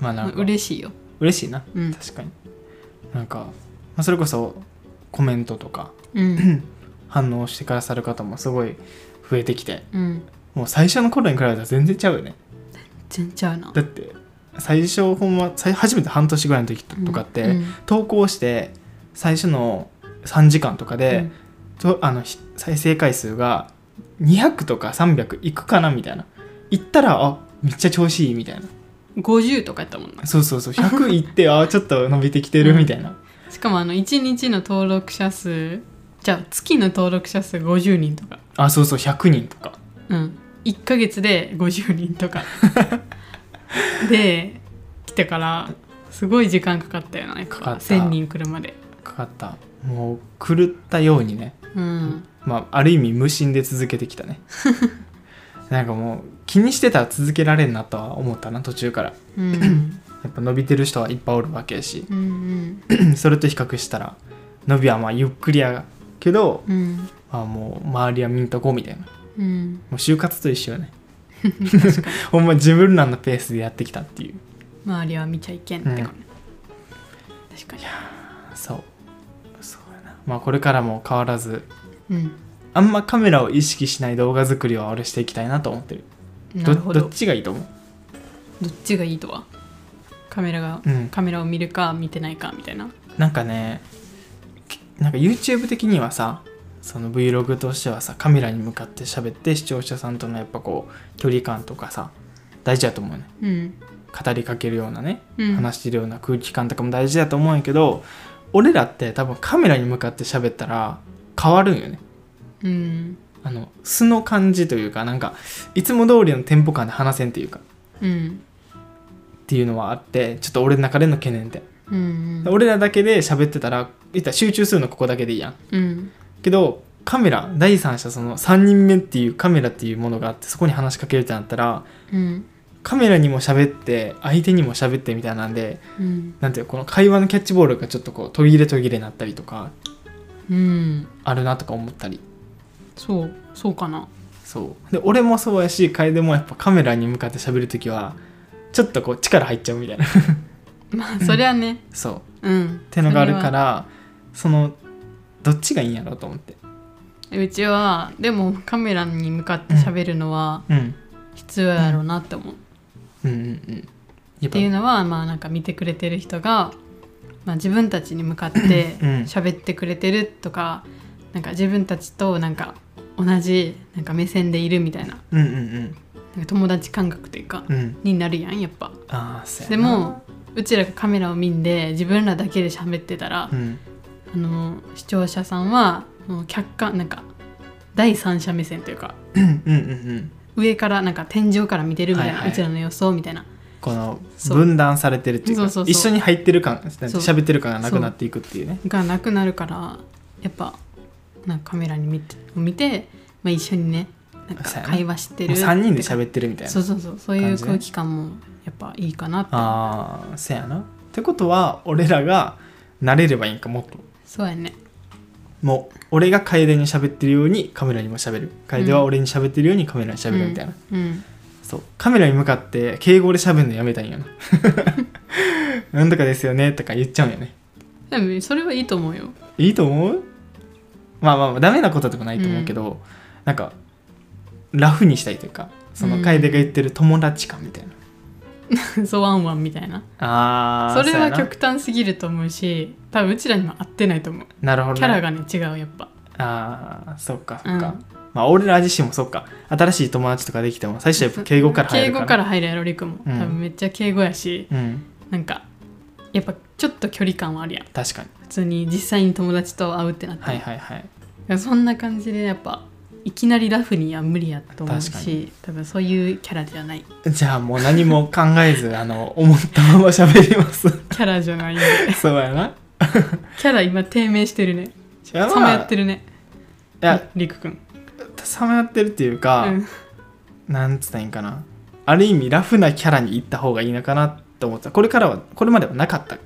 Speaker 1: まあなんか
Speaker 2: 嬉しいよ
Speaker 1: 嬉しいな
Speaker 2: うん
Speaker 1: 確かになんか、まあ、それこそコメントとか
Speaker 2: うん
Speaker 1: 反応してくださる方もすごい増えてきて
Speaker 2: うん
Speaker 1: [laughs] もう最初の頃に比べたら全然ちゃうよね
Speaker 2: 全然ちゃうな
Speaker 1: だって最初ほんま最初めて半年ぐらいの時とかって、
Speaker 2: うん
Speaker 1: 投稿して最初の3時間とかで、とあのひ再生回数が200とか300いくかなみたいな行ったらあめっちゃ調子いいみたいな
Speaker 2: うん50とかやったもんな
Speaker 1: そうそうそう100行ってあちょっと伸びてきてるみたいな、
Speaker 2: しかもあの1日の登録者数じゃあ月の登録者数50人とか
Speaker 1: あそうそう100人とか
Speaker 2: うん1ヶ月で50人
Speaker 1: [laughs]
Speaker 2: とかで来てからすごい時間かかったよなやっぱ
Speaker 1: かかった
Speaker 2: 1,000人来るまで
Speaker 1: かかったもう狂ったようにね
Speaker 2: うん
Speaker 1: まあある意味無心で続けてきたねなんかもう気にしてたら続けられんなとは思ったな途中から
Speaker 2: うん
Speaker 1: やっぱ伸びてる人はいっぱいおるわけやし [clears throat]
Speaker 2: うん
Speaker 1: それと比較したら伸びはまあゆっくりやけど、
Speaker 2: うんうん
Speaker 1: まあ、もう周りはミント5みたいなも
Speaker 2: うん
Speaker 1: う就活と一緒よね [laughs] ほんま自分らのペースでやってきたっていう
Speaker 2: 周りは見ちゃいけんって感じ、
Speaker 1: うん
Speaker 2: 確か
Speaker 1: そうそうやなまあこれからも変わらず
Speaker 2: に
Speaker 1: あんまカメラを意識しない動画作りは俺していきたいなと思ってる
Speaker 2: うんな
Speaker 1: ど
Speaker 2: るほど
Speaker 1: どっちがいいと思う
Speaker 2: どっちがいいとはカメラが
Speaker 1: うん
Speaker 2: カメラを見るか見てないかみたいな
Speaker 1: なんかねきなんか YouTube 的にはさその Vlog としてはさカメラに向かって喋って視聴者さんとのやっぱこう距離感とかさ大事だと思うね
Speaker 2: うん
Speaker 1: 語りかけるようなね
Speaker 2: うん
Speaker 1: 話してるような空気感とかも大事だと思うんやけど俺らって多分カメラに向かって喋ったら変わるんよね
Speaker 2: うん
Speaker 1: あの素の感じというかなんかいつも通りのテンポ感で話せんっていうか
Speaker 2: うん
Speaker 1: っていうのはあってちょっと俺の中での懸念点
Speaker 2: うん
Speaker 1: 俺らだけで喋ってたらいったら集中するのここだけでいいやん
Speaker 2: うん
Speaker 1: けどカメラ第三者その3人目っていうカメラっていうものがあってそこに話しかけるってなったら
Speaker 2: うん
Speaker 1: カメラにも喋って相手にも喋ってみたいなんで
Speaker 2: うん
Speaker 1: なんていうのこの会話のキャッチボールがちょっとこう途切れ途切れになったりとか
Speaker 2: うん
Speaker 1: あるなとか思ったり
Speaker 2: そうそうかな
Speaker 1: そうで俺もそうやし楓もやっぱカメラに向かって喋る時はちょっとこう力入っちゃうみたいな
Speaker 2: まあそれはね
Speaker 1: そう
Speaker 2: うん
Speaker 1: ってのがあるからそのどっちがいいんやろうと思って
Speaker 2: それはうちはでもカメラに向かって喋るのは
Speaker 1: うん
Speaker 2: 必要やろうなって思う、っ
Speaker 1: うんうんうんやって
Speaker 2: いうのはまあなんか見てくれてる人が、まあ、自分たちに向かって
Speaker 1: うん
Speaker 2: 喋ってくれてるとか、なんか自分たちとなんか同じなんか目線でいるみたいな
Speaker 1: うんうん
Speaker 2: なんか友達感覚というか、
Speaker 1: うんうん
Speaker 2: になるやんやっぱ
Speaker 1: ああそう
Speaker 2: で
Speaker 1: やな
Speaker 2: もうちらがカメラを見んで自分らだけで喋ってたら
Speaker 1: う、ん
Speaker 2: あの視聴者さんはもう客観なんか第三者目線というか
Speaker 1: うんうんうんうん
Speaker 2: 上からなんか天井から見てるみたいな、
Speaker 1: はいはいう
Speaker 2: ちらの予想みたいな
Speaker 1: この
Speaker 2: そう
Speaker 1: 分断されてるっていうか
Speaker 2: そうそうそう
Speaker 1: 一緒に入ってる感喋ってる感がなくなっていくっていうね
Speaker 2: がなくなるからやっぱなんかカメラに見てを見て、まあ、一緒にねなん
Speaker 1: そう
Speaker 2: か
Speaker 1: やね
Speaker 2: 会話して
Speaker 1: も
Speaker 2: る、
Speaker 1: う3人で喋ってるみたいな
Speaker 2: そうそうそうそうい
Speaker 1: 感
Speaker 2: う
Speaker 1: じね
Speaker 2: 空気感もやっぱいいかなって
Speaker 1: ああそうやなってことは俺らが慣れればいいんかもっと
Speaker 2: そうやね
Speaker 1: もう俺が楓に喋ってるようにカメラにも喋る楓は俺に喋ってるようにカメラに喋るみたいな、
Speaker 2: うん
Speaker 1: そうカメラに向かって敬語で喋るのやめたいんやな [laughs] なんとかですよねとか言っちゃうんよね
Speaker 2: うん、でもそれはいいと思うよ [laughs]
Speaker 1: いいと思うまあまあまあダメなこととかないと思うけど、なんかラフにしたいというかその楓が言ってる友達感みたいな、
Speaker 2: そうワンワンみたいな
Speaker 1: あ
Speaker 2: それは
Speaker 1: 曲
Speaker 2: 極端すぎると思うし多分うちらにも合ってないと思う
Speaker 1: なるほど、ね、
Speaker 2: キャラがね違うやっぱ
Speaker 1: ああそうかそう
Speaker 2: う
Speaker 1: か、
Speaker 2: ん
Speaker 1: まあ俺ら自身もそうか新しい友達とかできても最初はやっぱ敬語から入る
Speaker 2: 敬
Speaker 1: から
Speaker 2: 語から入るやろりくも、
Speaker 1: うん
Speaker 2: 多分めっちゃ敬語やし
Speaker 1: うん
Speaker 2: なんかやっぱちょっと距離感はあるやん
Speaker 1: 確かに
Speaker 2: 普通に実際に友達と会うってなっても、
Speaker 1: はいはいはい
Speaker 2: いやそんな感じでやっぱいきなりラフには無理やと思う
Speaker 1: 確か
Speaker 2: し多分そういうキャラじゃない
Speaker 1: じゃあもう何も考えずあの思ったまま喋ります [laughs]
Speaker 2: キャラじゃないよ [laughs] ね
Speaker 1: そうやない
Speaker 2: キャラ今低迷してるね
Speaker 1: やまあ
Speaker 2: さまやってるね
Speaker 1: や
Speaker 2: りりくくん
Speaker 1: さまよってるっていうか、
Speaker 2: うん
Speaker 1: なんつったらいいんかなある意味ラフなキャラに行った方がいいのかなと思ってたこれからはこれまではなかった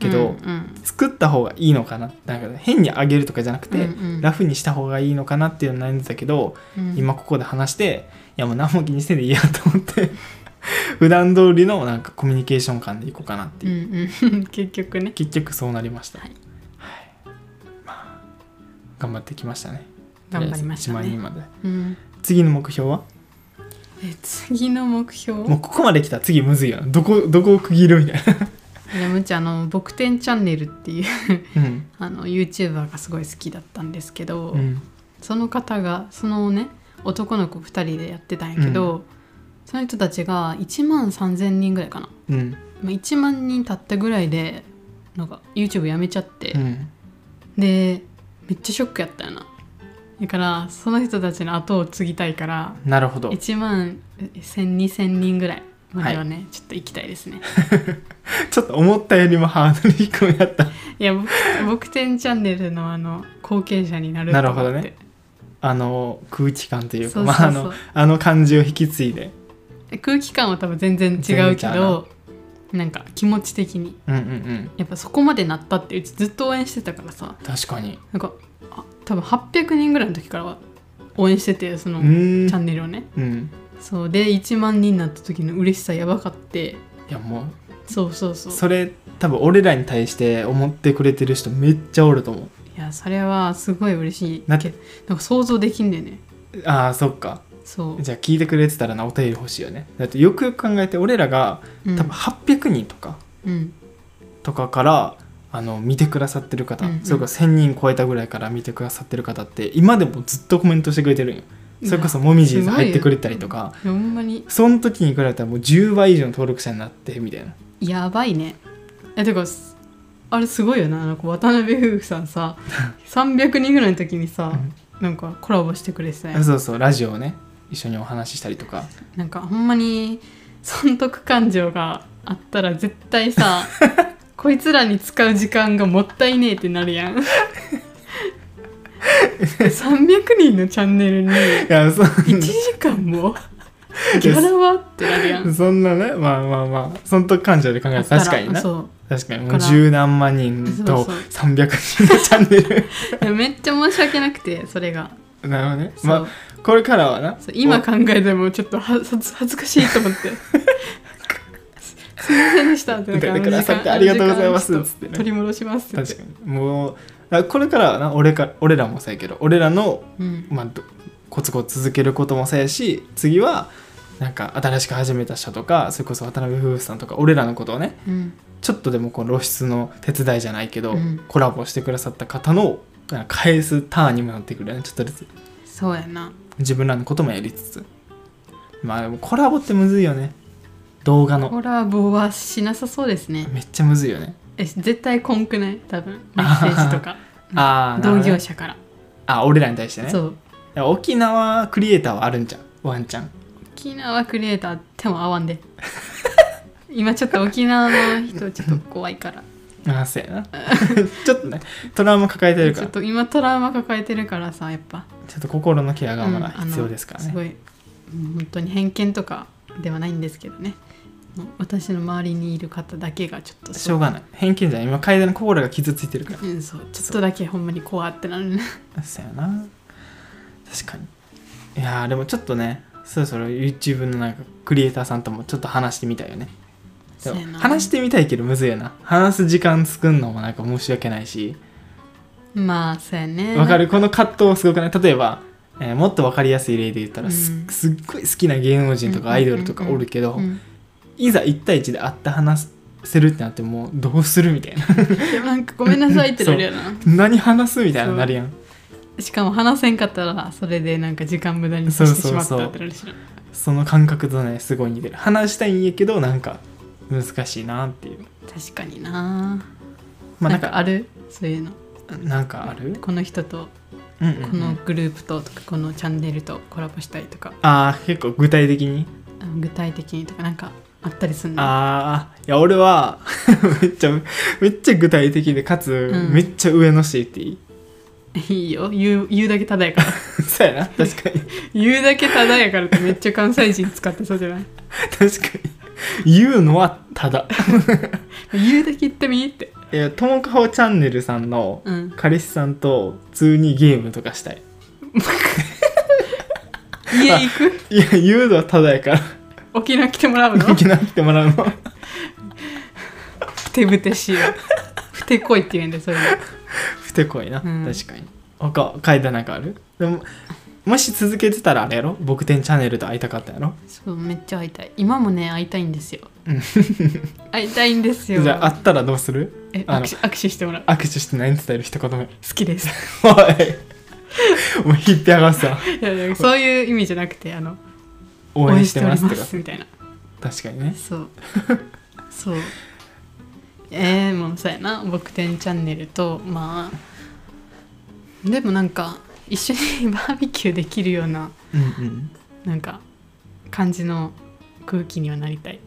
Speaker 1: けど、
Speaker 2: うんうん
Speaker 1: 作った方がいいのかななんか変に上げるとかじゃなくて、
Speaker 2: うんうん
Speaker 1: ラフにした方がいいのかなっていうの悩んでたけど、
Speaker 2: うん
Speaker 1: 今ここで話していやもう何も気にせんでいいやと思って [laughs] 普段通りのなんかコミュニケーション感でいこうかなって
Speaker 2: う
Speaker 1: いう、
Speaker 2: んうん [laughs] 結局ね
Speaker 1: 結局そうなりました
Speaker 2: は
Speaker 1: はいい、まあ頑張ってきましたね
Speaker 2: 頑張りました
Speaker 1: 1万人
Speaker 2: ね、
Speaker 1: まで
Speaker 2: うん、
Speaker 1: 次の目標は
Speaker 2: え次の目標
Speaker 1: もうここまで来たら次むずいよなどこどこを区切るみたいな
Speaker 2: でむちあの「僕天チャンネル」っていう [laughs]
Speaker 1: うん
Speaker 2: あの YouTuber がすごい好きだったんですけど、
Speaker 1: うん
Speaker 2: その方がそのね男の子2人でやってたんやけど、その人たちが1万3,000人ぐらいかな
Speaker 1: うん
Speaker 2: まあ1万人たったぐらいでなんか YouTube やめちゃって、
Speaker 1: うん
Speaker 2: でめっちゃショックやったよなだからその人たちの後を継ぎたいから
Speaker 1: なるほど
Speaker 2: 1万1,0002,000人ぐらいまではね、ちょっと行きたいですね
Speaker 1: ちょっと思ったよりもハードル低めやった
Speaker 2: いや僕「僕天チャンネルの」あの後継者になると思って
Speaker 1: なるほどねあの空気感というか
Speaker 2: そうそうそう
Speaker 1: まああのあの感じを引き継いで
Speaker 2: 空気感は多分全然違う
Speaker 1: 全然
Speaker 2: け
Speaker 1: ちゃ
Speaker 2: どなんか気持ち的に
Speaker 1: うんうんうん
Speaker 2: やっぱそこまでなったってうちずっと応援してたからさ
Speaker 1: 確かに
Speaker 2: なんかあ多分800人ぐらいの時からは応援しててその
Speaker 1: う
Speaker 2: チ
Speaker 1: ーん
Speaker 2: ャンネルをね
Speaker 1: うん
Speaker 2: そうで1万人になった時の嬉しさやばかって
Speaker 1: いやも
Speaker 2: そうそう
Speaker 1: う
Speaker 2: そう
Speaker 1: それ多分俺らに対して思ってくれてる人めっちゃおると思
Speaker 2: いやそれはすごい嬉しい
Speaker 1: な
Speaker 2: けどなんか想像できんだよね
Speaker 1: うああそっか
Speaker 2: そう、
Speaker 1: じゃあ聞いてくれてたらなお便り欲しいよねだってよくよく考えて俺らが
Speaker 2: うん、
Speaker 1: 多分800人とか、
Speaker 2: うん
Speaker 1: とかからあの見てくださってる方、
Speaker 2: うんうん
Speaker 1: それこそ1000人超えたぐらいから見てくださってる方って今でもずっとコメントしてくれてるんよそれこそもみじーさん
Speaker 2: すごい
Speaker 1: 入ってくれたりとか
Speaker 2: ほんまに
Speaker 1: その時に比べたらもう10倍以上の登録者になってみたいな
Speaker 2: やばいねえてかすあれすごいよななんか渡辺夫婦さ
Speaker 1: [laughs]
Speaker 2: んさ300人ぐらいの時にさなんかコラボしてくれてたやん
Speaker 1: そうそうラジオをね一緒にお話ししたりとか [laughs]
Speaker 2: なんかほんまに損得感情があったら絶
Speaker 1: [laughs]
Speaker 2: 対さこいつらに使う時間がもったいねえってなるやん300人のチャンネルに
Speaker 1: いやそ
Speaker 2: 1時間もギャラはってなるやん
Speaker 1: そんなねまあまあまあ損得感情で考え
Speaker 2: あ
Speaker 1: たら
Speaker 2: ったら
Speaker 1: 確かにな
Speaker 2: そ
Speaker 1: 確かにも
Speaker 2: だ
Speaker 1: う
Speaker 2: から
Speaker 1: 十何万人と
Speaker 2: そうそう
Speaker 1: 300人のチャンネル
Speaker 2: うめっちゃ申し訳なくてそれが
Speaker 1: [laughs] なるほどね
Speaker 2: そう、
Speaker 1: まあこれからはな
Speaker 2: そう今考えてもちょっとは恥ず恥ずかしいと
Speaker 1: [laughs]
Speaker 2: 思ってすいませんでしたって
Speaker 1: 見て
Speaker 2: なんか
Speaker 1: くださって
Speaker 2: あ
Speaker 1: あ
Speaker 2: の
Speaker 1: り
Speaker 2: 時間
Speaker 1: がとうございます
Speaker 2: あの時間
Speaker 1: つってね
Speaker 2: 取り戻しますって
Speaker 1: 確かにもうあこれからはな俺か俺らもそうやけど俺らの、
Speaker 2: うん
Speaker 1: まあ、どコツコツ続けることもそうやし次はなんか新しく始めた人とかそれこそ渡辺夫婦さんとか俺らのことをね
Speaker 2: うん
Speaker 1: ちょっとでもこの露出の手伝いじゃないけど、
Speaker 2: うん
Speaker 1: コラボしてくださった方のあ返すターンにもなってくるよねちょっとずつ
Speaker 2: そうやな
Speaker 1: 自分らのこともやりつつまあでもコラボってむずいよね動画の
Speaker 2: コラボはしなさそうですね
Speaker 1: めっちゃむずいよね
Speaker 2: え絶対こんくない
Speaker 1: [laughs]
Speaker 2: 多分メッセージとか
Speaker 1: ああ
Speaker 2: 同業者から、
Speaker 1: あ俺らに対してね
Speaker 2: そう
Speaker 1: いや沖縄クリエイターはあるんじゃんワンちゃん
Speaker 2: 沖縄クリエイター手も合わんで今ちょっと沖縄の人ちょっと怖
Speaker 1: [laughs]
Speaker 2: いから
Speaker 1: あそうやな [laughs] ちょっとねトラウマ抱えてるか
Speaker 2: ちょ
Speaker 1: ら
Speaker 2: っ
Speaker 1: ちょ
Speaker 2: と今トラウマ抱えてるからさやっぱ
Speaker 1: っと心のケアがまだ
Speaker 2: うんあの
Speaker 1: 必要ですから
Speaker 2: す
Speaker 1: ね、
Speaker 2: ごいうん本当に偏見とかではないんですけどねもう私の周りにいる方だけがちょっとそう
Speaker 1: しょうがない偏見じゃない今楓の心が傷ついてるから
Speaker 2: うん、そうちょっとだけほんまに怖ってなるね
Speaker 1: そうやな確かにいやーでもちょっとねそろそろ YouTube のなんかクリエイターさんともちょっと話してみたいよねでも
Speaker 2: そうやな
Speaker 1: 話してみたいけどむずいよな話す時間作んのもなんか申し訳ないし
Speaker 2: まあそうやね
Speaker 1: わかるこの葛藤すごくない例えば、えーもっとわかりやすい例で言ったらす,、
Speaker 2: うん
Speaker 1: すっごい好きな芸能人と
Speaker 2: うん
Speaker 1: かアイドルとかおるけど、
Speaker 2: うん
Speaker 1: いざ1対1で会って話せるってなってもうどうするみたい
Speaker 2: [laughs]
Speaker 1: な
Speaker 2: でもなんかごめんなさいってなるよな
Speaker 1: 何話すみたいななるやん
Speaker 2: しかも話せんかったらそれでなんか時間無駄にさせてしまったってなるしな
Speaker 1: その感覚とねすごい似てる話したいんやけどなんか難しいなっていう
Speaker 2: 確かにな
Speaker 1: まあ
Speaker 2: な
Speaker 1: なん
Speaker 2: んか
Speaker 1: か
Speaker 2: あるそういうの
Speaker 1: なんかある、
Speaker 2: この人と
Speaker 1: うんうんうん
Speaker 2: このグループととかこのチャンネルとコラボしたいとか
Speaker 1: あー結構具体的に
Speaker 2: あの具体的にとかなんかあったりするの
Speaker 1: ああいや俺は [laughs] めっちゃめっちゃ具体的でかつ、
Speaker 2: うん
Speaker 1: めっちゃ上の CT
Speaker 2: いいよ言う言うだけただやから
Speaker 1: [laughs]
Speaker 2: [laughs]
Speaker 1: そうやな確かに
Speaker 2: 言うだけただやからってめっちゃ関西人使ってそうじゃない
Speaker 1: 確かに言うのはただ
Speaker 2: 言うだけ言ってみーって
Speaker 1: いやともかほチャンネルさんの
Speaker 2: うん
Speaker 1: 彼氏さんと普通にゲームとかしたい
Speaker 2: 家行
Speaker 1: [laughs]
Speaker 2: く
Speaker 1: いや言うのはただやから
Speaker 2: 沖縄来てもらうの
Speaker 1: 沖縄来てもらうの
Speaker 2: ふてぶてしいわふてこいって言うんでそれは
Speaker 1: ふてこいな、
Speaker 2: うん
Speaker 1: 確かに他書いたなんかあるでももし続けてたらあれやろ僕天チャンネルと会いたかったやろ
Speaker 2: そうめっちゃ会いたい今もね会いたいんです
Speaker 1: [laughs]
Speaker 2: よ
Speaker 1: うん
Speaker 2: 会いたいんです
Speaker 1: じ
Speaker 2: よ
Speaker 1: ゃあ会ったらどうする
Speaker 2: え
Speaker 1: あの
Speaker 2: 握手握手してもらう
Speaker 1: 握手して何伝える一言目
Speaker 2: 好きです
Speaker 1: [laughs] おいもう引っぺがさ
Speaker 2: いやいやそういう意味じゃなくてあの
Speaker 1: 応援してます
Speaker 2: 応
Speaker 1: と
Speaker 2: 援
Speaker 1: か
Speaker 2: しておりますみたいな
Speaker 1: 確かにね
Speaker 2: そう [laughs] そうえー、もうそうやな「僕天チャンネルと」まあでもなんか一緒に [laughs] バーベキューできるような
Speaker 1: うんうん
Speaker 2: なんか感じの空気にはなりたい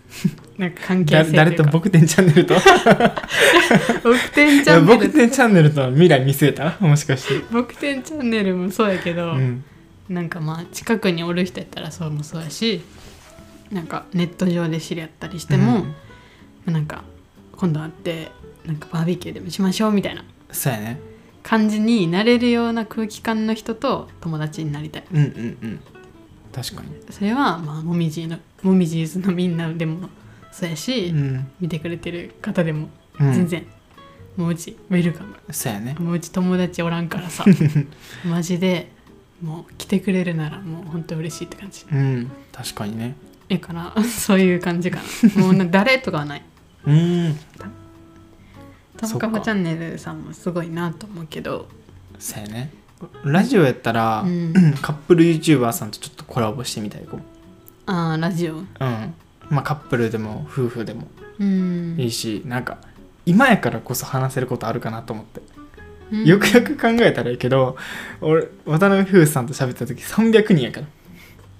Speaker 2: [laughs] なんか関係
Speaker 1: だ
Speaker 2: 性という
Speaker 1: 誰
Speaker 2: か
Speaker 1: と僕天チャンネルと
Speaker 2: 僕天
Speaker 1: い
Speaker 2: チャ
Speaker 1: や
Speaker 2: ンネル
Speaker 1: 僕天チャンネルとは未来見据えたもしかして
Speaker 2: 僕天チャンネルもそうやけど、
Speaker 1: うん
Speaker 2: なんかまあ近くにおる人やったらそうもそうやしなんかネット上で知り合ったりしても、なんか今度会ってなんかバーベキューでもしましょうみたいな
Speaker 1: そうやね
Speaker 2: 感じになれるような空気感の人と友達になりたい
Speaker 1: うんうんうん確か
Speaker 2: それはまあもみじのもみじーずのみんなでもそうやし、
Speaker 1: にうん、
Speaker 2: 見てくれてる方でも
Speaker 1: うん、
Speaker 2: 全然、もううちウェルカム
Speaker 1: そうやね
Speaker 2: もううち友達おら
Speaker 1: [laughs]
Speaker 2: んからさマジでもう来てくれるならもう本当嬉しいって感じ
Speaker 1: うん確かにね
Speaker 2: えから [laughs] そういう感じかな
Speaker 1: [laughs]
Speaker 2: もうな誰とかはない
Speaker 1: うん
Speaker 2: と
Speaker 1: そ
Speaker 2: も
Speaker 1: っか
Speaker 2: かほチャンネルさんもすごいなと思うけど
Speaker 1: そうやねラジオやったら、
Speaker 2: うん
Speaker 1: カップル YouTuber さんとちょっとコラボしてみたいかも
Speaker 2: ああラジオ
Speaker 1: うんまあカップルでも夫婦でも
Speaker 2: うん
Speaker 1: いいし、なんか今やからこそ話せることあるかなと思って、
Speaker 2: うん
Speaker 1: よくよく考えたらいいけど俺渡辺夫婦さんと喋った時300人やから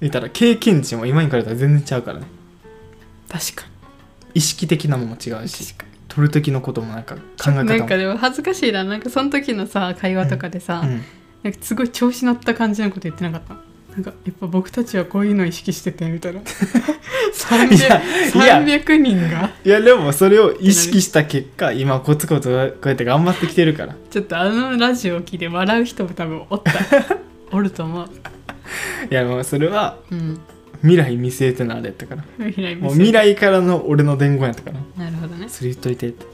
Speaker 1: 見たら経験値も今に比べたら全然ちゃうからね
Speaker 2: 確か
Speaker 1: 意識的なのも違う
Speaker 2: に
Speaker 1: し
Speaker 2: 確か
Speaker 1: 撮る時のこともなんか考え方も
Speaker 2: になんかでも恥ずかしいななんかその時のさ会話とかでさ、
Speaker 1: うん、
Speaker 2: なんかすごい調子乗った感じのこと言ってなかったなんかやっぱ僕たちはこういうのを意識してて
Speaker 1: [laughs]
Speaker 2: みたいな
Speaker 1: いや
Speaker 2: 300,
Speaker 1: い
Speaker 2: 300人が
Speaker 1: いやでもそれを意識した結果今コツコツこうやって頑張ってきてるから
Speaker 2: ちょっとあのラジオを聞いて笑う人も多分おった
Speaker 1: [laughs]
Speaker 2: おると思う
Speaker 1: いやもうそれは
Speaker 2: うん
Speaker 1: 未来見据えてのあれやったから
Speaker 2: 未来
Speaker 1: もう未来からの俺の伝言やったから
Speaker 2: なるほどね
Speaker 1: それ言っといてって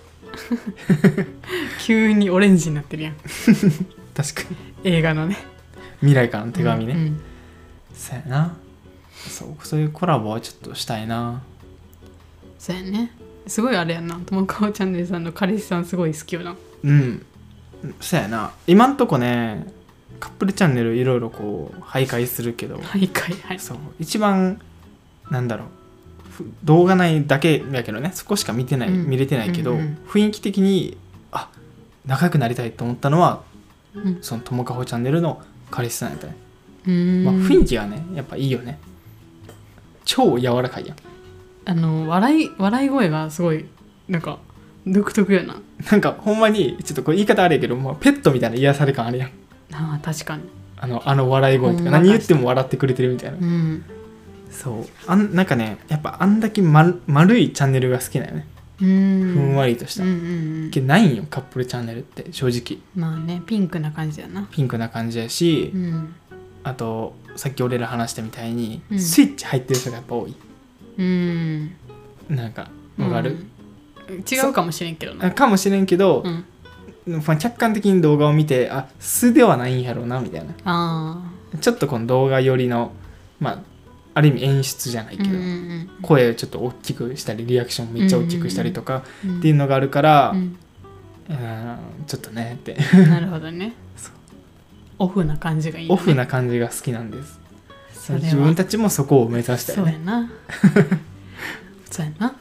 Speaker 2: 急にオレンジになってるやん
Speaker 1: 確かに
Speaker 2: 映画のね
Speaker 1: 未来からの手紙ね、
Speaker 2: うん
Speaker 1: そうやなそうそういうコラボはちょっとしたいな
Speaker 2: そうやねすごいあれやんな友川チャンネルさんの彼氏さんすごい好きよな
Speaker 1: うんそうやな今んとこねカップルチャンネルいろいろこう徘徊するけど、
Speaker 2: はいはいはい
Speaker 1: そう一番なんだろうふ動画内だけやけどねそこしか見てない、
Speaker 2: うん
Speaker 1: 見れてないけど、
Speaker 2: うんうん
Speaker 1: 雰囲気的にあ仲良くなりたいと思ったのは
Speaker 2: うん
Speaker 1: そのともかほチャンネルの彼氏さんやったね、
Speaker 2: うーん
Speaker 1: まあ、雰囲気がねやっぱいいよね超柔らかいやん
Speaker 2: あの笑い笑い声がすごいなんか独特やな
Speaker 1: なんかほんまにちょっとこれ言い方あれやけど、まあ、ペットみたいな癒され感あるやん
Speaker 2: あー確かに
Speaker 1: あのあの笑い声と
Speaker 2: ほ
Speaker 1: か
Speaker 2: んま
Speaker 1: 何言っても笑ってくれてるみたいな
Speaker 2: うん
Speaker 1: そうあんなんかねやっぱあんだけ丸丸いチャンネルが好きなよね
Speaker 2: う
Speaker 1: ふ
Speaker 2: ん
Speaker 1: んわりとした、
Speaker 2: うんうんうん
Speaker 1: けどないんよカップルチャンネルって正直
Speaker 2: まあねピンクな感じやな
Speaker 1: ピンクな感じやし、
Speaker 2: うん
Speaker 1: あとさっき俺ら話したみたいに、
Speaker 2: うん
Speaker 1: スイッチ入ってる人がやっぱ多い
Speaker 2: うん
Speaker 1: なんかわかる、
Speaker 2: うん違うかもしれんけどな
Speaker 1: かもしれんけど
Speaker 2: う、ん
Speaker 1: まあ客観的に動画を見てあ素ではないんやろうなみたいな
Speaker 2: あ
Speaker 1: ちょっとこの動画寄りのまあある意味演出じゃない
Speaker 2: あ
Speaker 1: けど、
Speaker 2: うん
Speaker 1: 声をちょっと大きくしたりリアクションめっちゃ大きくしたりとか
Speaker 2: うんうん
Speaker 1: っていうのがあるから、
Speaker 2: う
Speaker 1: うん [laughs]
Speaker 2: ん
Speaker 1: んちょっとねって
Speaker 2: なるほどね
Speaker 1: そう
Speaker 2: オフな感じがいいよ
Speaker 1: オ
Speaker 2: ね
Speaker 1: フな感じが好きなんです
Speaker 2: それは
Speaker 1: 自分たちもそこを目指した
Speaker 2: そ
Speaker 1: よ
Speaker 2: う
Speaker 1: ね
Speaker 2: やなそうやな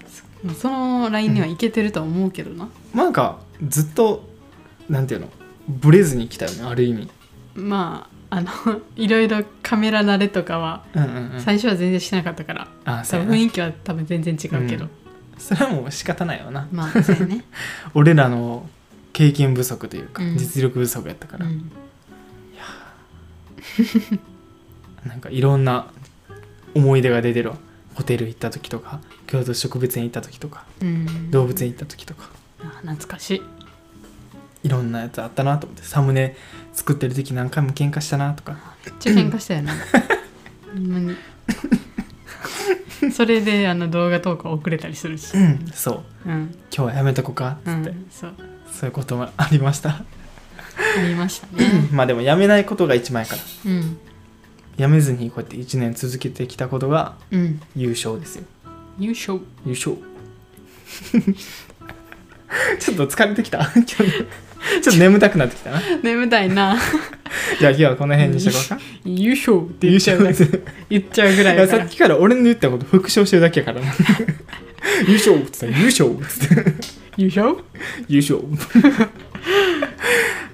Speaker 2: もうそのラインにはいけてるとは思うけどな、
Speaker 1: なんかずっとなんていうのブレずに来たよねある意味
Speaker 2: まああのいろいろカメラ慣れとかは
Speaker 1: うんうんうん
Speaker 2: 最初は全然してなかったから、
Speaker 1: あ
Speaker 2: そ
Speaker 1: そうう
Speaker 2: 雰
Speaker 1: やな
Speaker 2: 囲気は多分全然違うけど、
Speaker 1: それはもう仕方ないよな
Speaker 2: ま [laughs] あそうやね、
Speaker 1: 俺らの経験不足というか、
Speaker 2: うん
Speaker 1: 実力不足やったか
Speaker 2: う
Speaker 1: ら、
Speaker 2: ん、
Speaker 1: なんかいろんな思い出が出てるわホテル行った時とか京都植物園行った時とか
Speaker 2: うん、
Speaker 1: 動物園行った時とか
Speaker 2: あ懐かしい
Speaker 1: いろんなやつあったなと思ってサムネ作ってる時何回も喧嘩したなとか
Speaker 2: めっちゃ喧嘩した [laughs] よなほんまにそれであの動画投稿遅れたりするし
Speaker 1: うんそう
Speaker 2: うん、
Speaker 1: 今日はやめとこうかっ
Speaker 2: う
Speaker 1: つって、
Speaker 2: ん、そう
Speaker 1: そういうこともありました
Speaker 2: ありましたね [laughs]
Speaker 1: まあでもやめないことが一番やから
Speaker 2: うん
Speaker 1: やめずにこうやって1年続けてきたことが
Speaker 2: うん
Speaker 1: 優勝ですよ
Speaker 2: 優勝
Speaker 1: 優勝 [laughs] ちょっと疲れてきた [laughs] 今日ちょっと眠たくなってきたな
Speaker 2: 眠たいな
Speaker 1: じゃあ今日はこの辺にしとこう [laughs] か
Speaker 2: [laughs] 優勝って
Speaker 1: 優
Speaker 2: 言っちゃ
Speaker 1: 勝
Speaker 2: う
Speaker 1: です
Speaker 2: 言っちゃうぐらい
Speaker 1: い
Speaker 2: だ
Speaker 1: や
Speaker 2: か
Speaker 1: さ
Speaker 2: ら
Speaker 1: っきから俺の言ったこと復唱してるだけやからな [laughs] 優勝っつった優勝っつって
Speaker 2: 優勝
Speaker 1: 優勝 [laughs]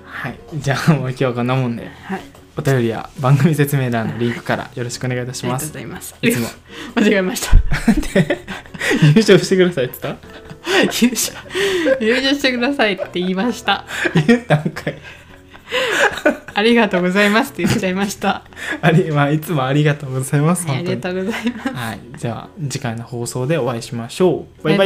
Speaker 1: はいじゃあもう今日はこんなもんで
Speaker 2: はい
Speaker 1: お便りや番組説明欄のリンクからよろしくお願いいたし
Speaker 2: ありが
Speaker 1: ま
Speaker 2: とうご
Speaker 1: す
Speaker 2: ざいます
Speaker 1: い [laughs] つも
Speaker 2: [laughs] 間違えました
Speaker 1: 優勝してくださいって言っ
Speaker 2: 優勝優勝してくださいって言いました
Speaker 1: た言ったんかい
Speaker 2: ありがとうございますって言っちゃいました、
Speaker 1: あり、まあ、いつもありがとうございます
Speaker 2: はい、あ
Speaker 1: 本当
Speaker 2: り
Speaker 1: に
Speaker 2: がとうございます
Speaker 1: はいじゃあ次回の放送でお会いしましょうバイバイ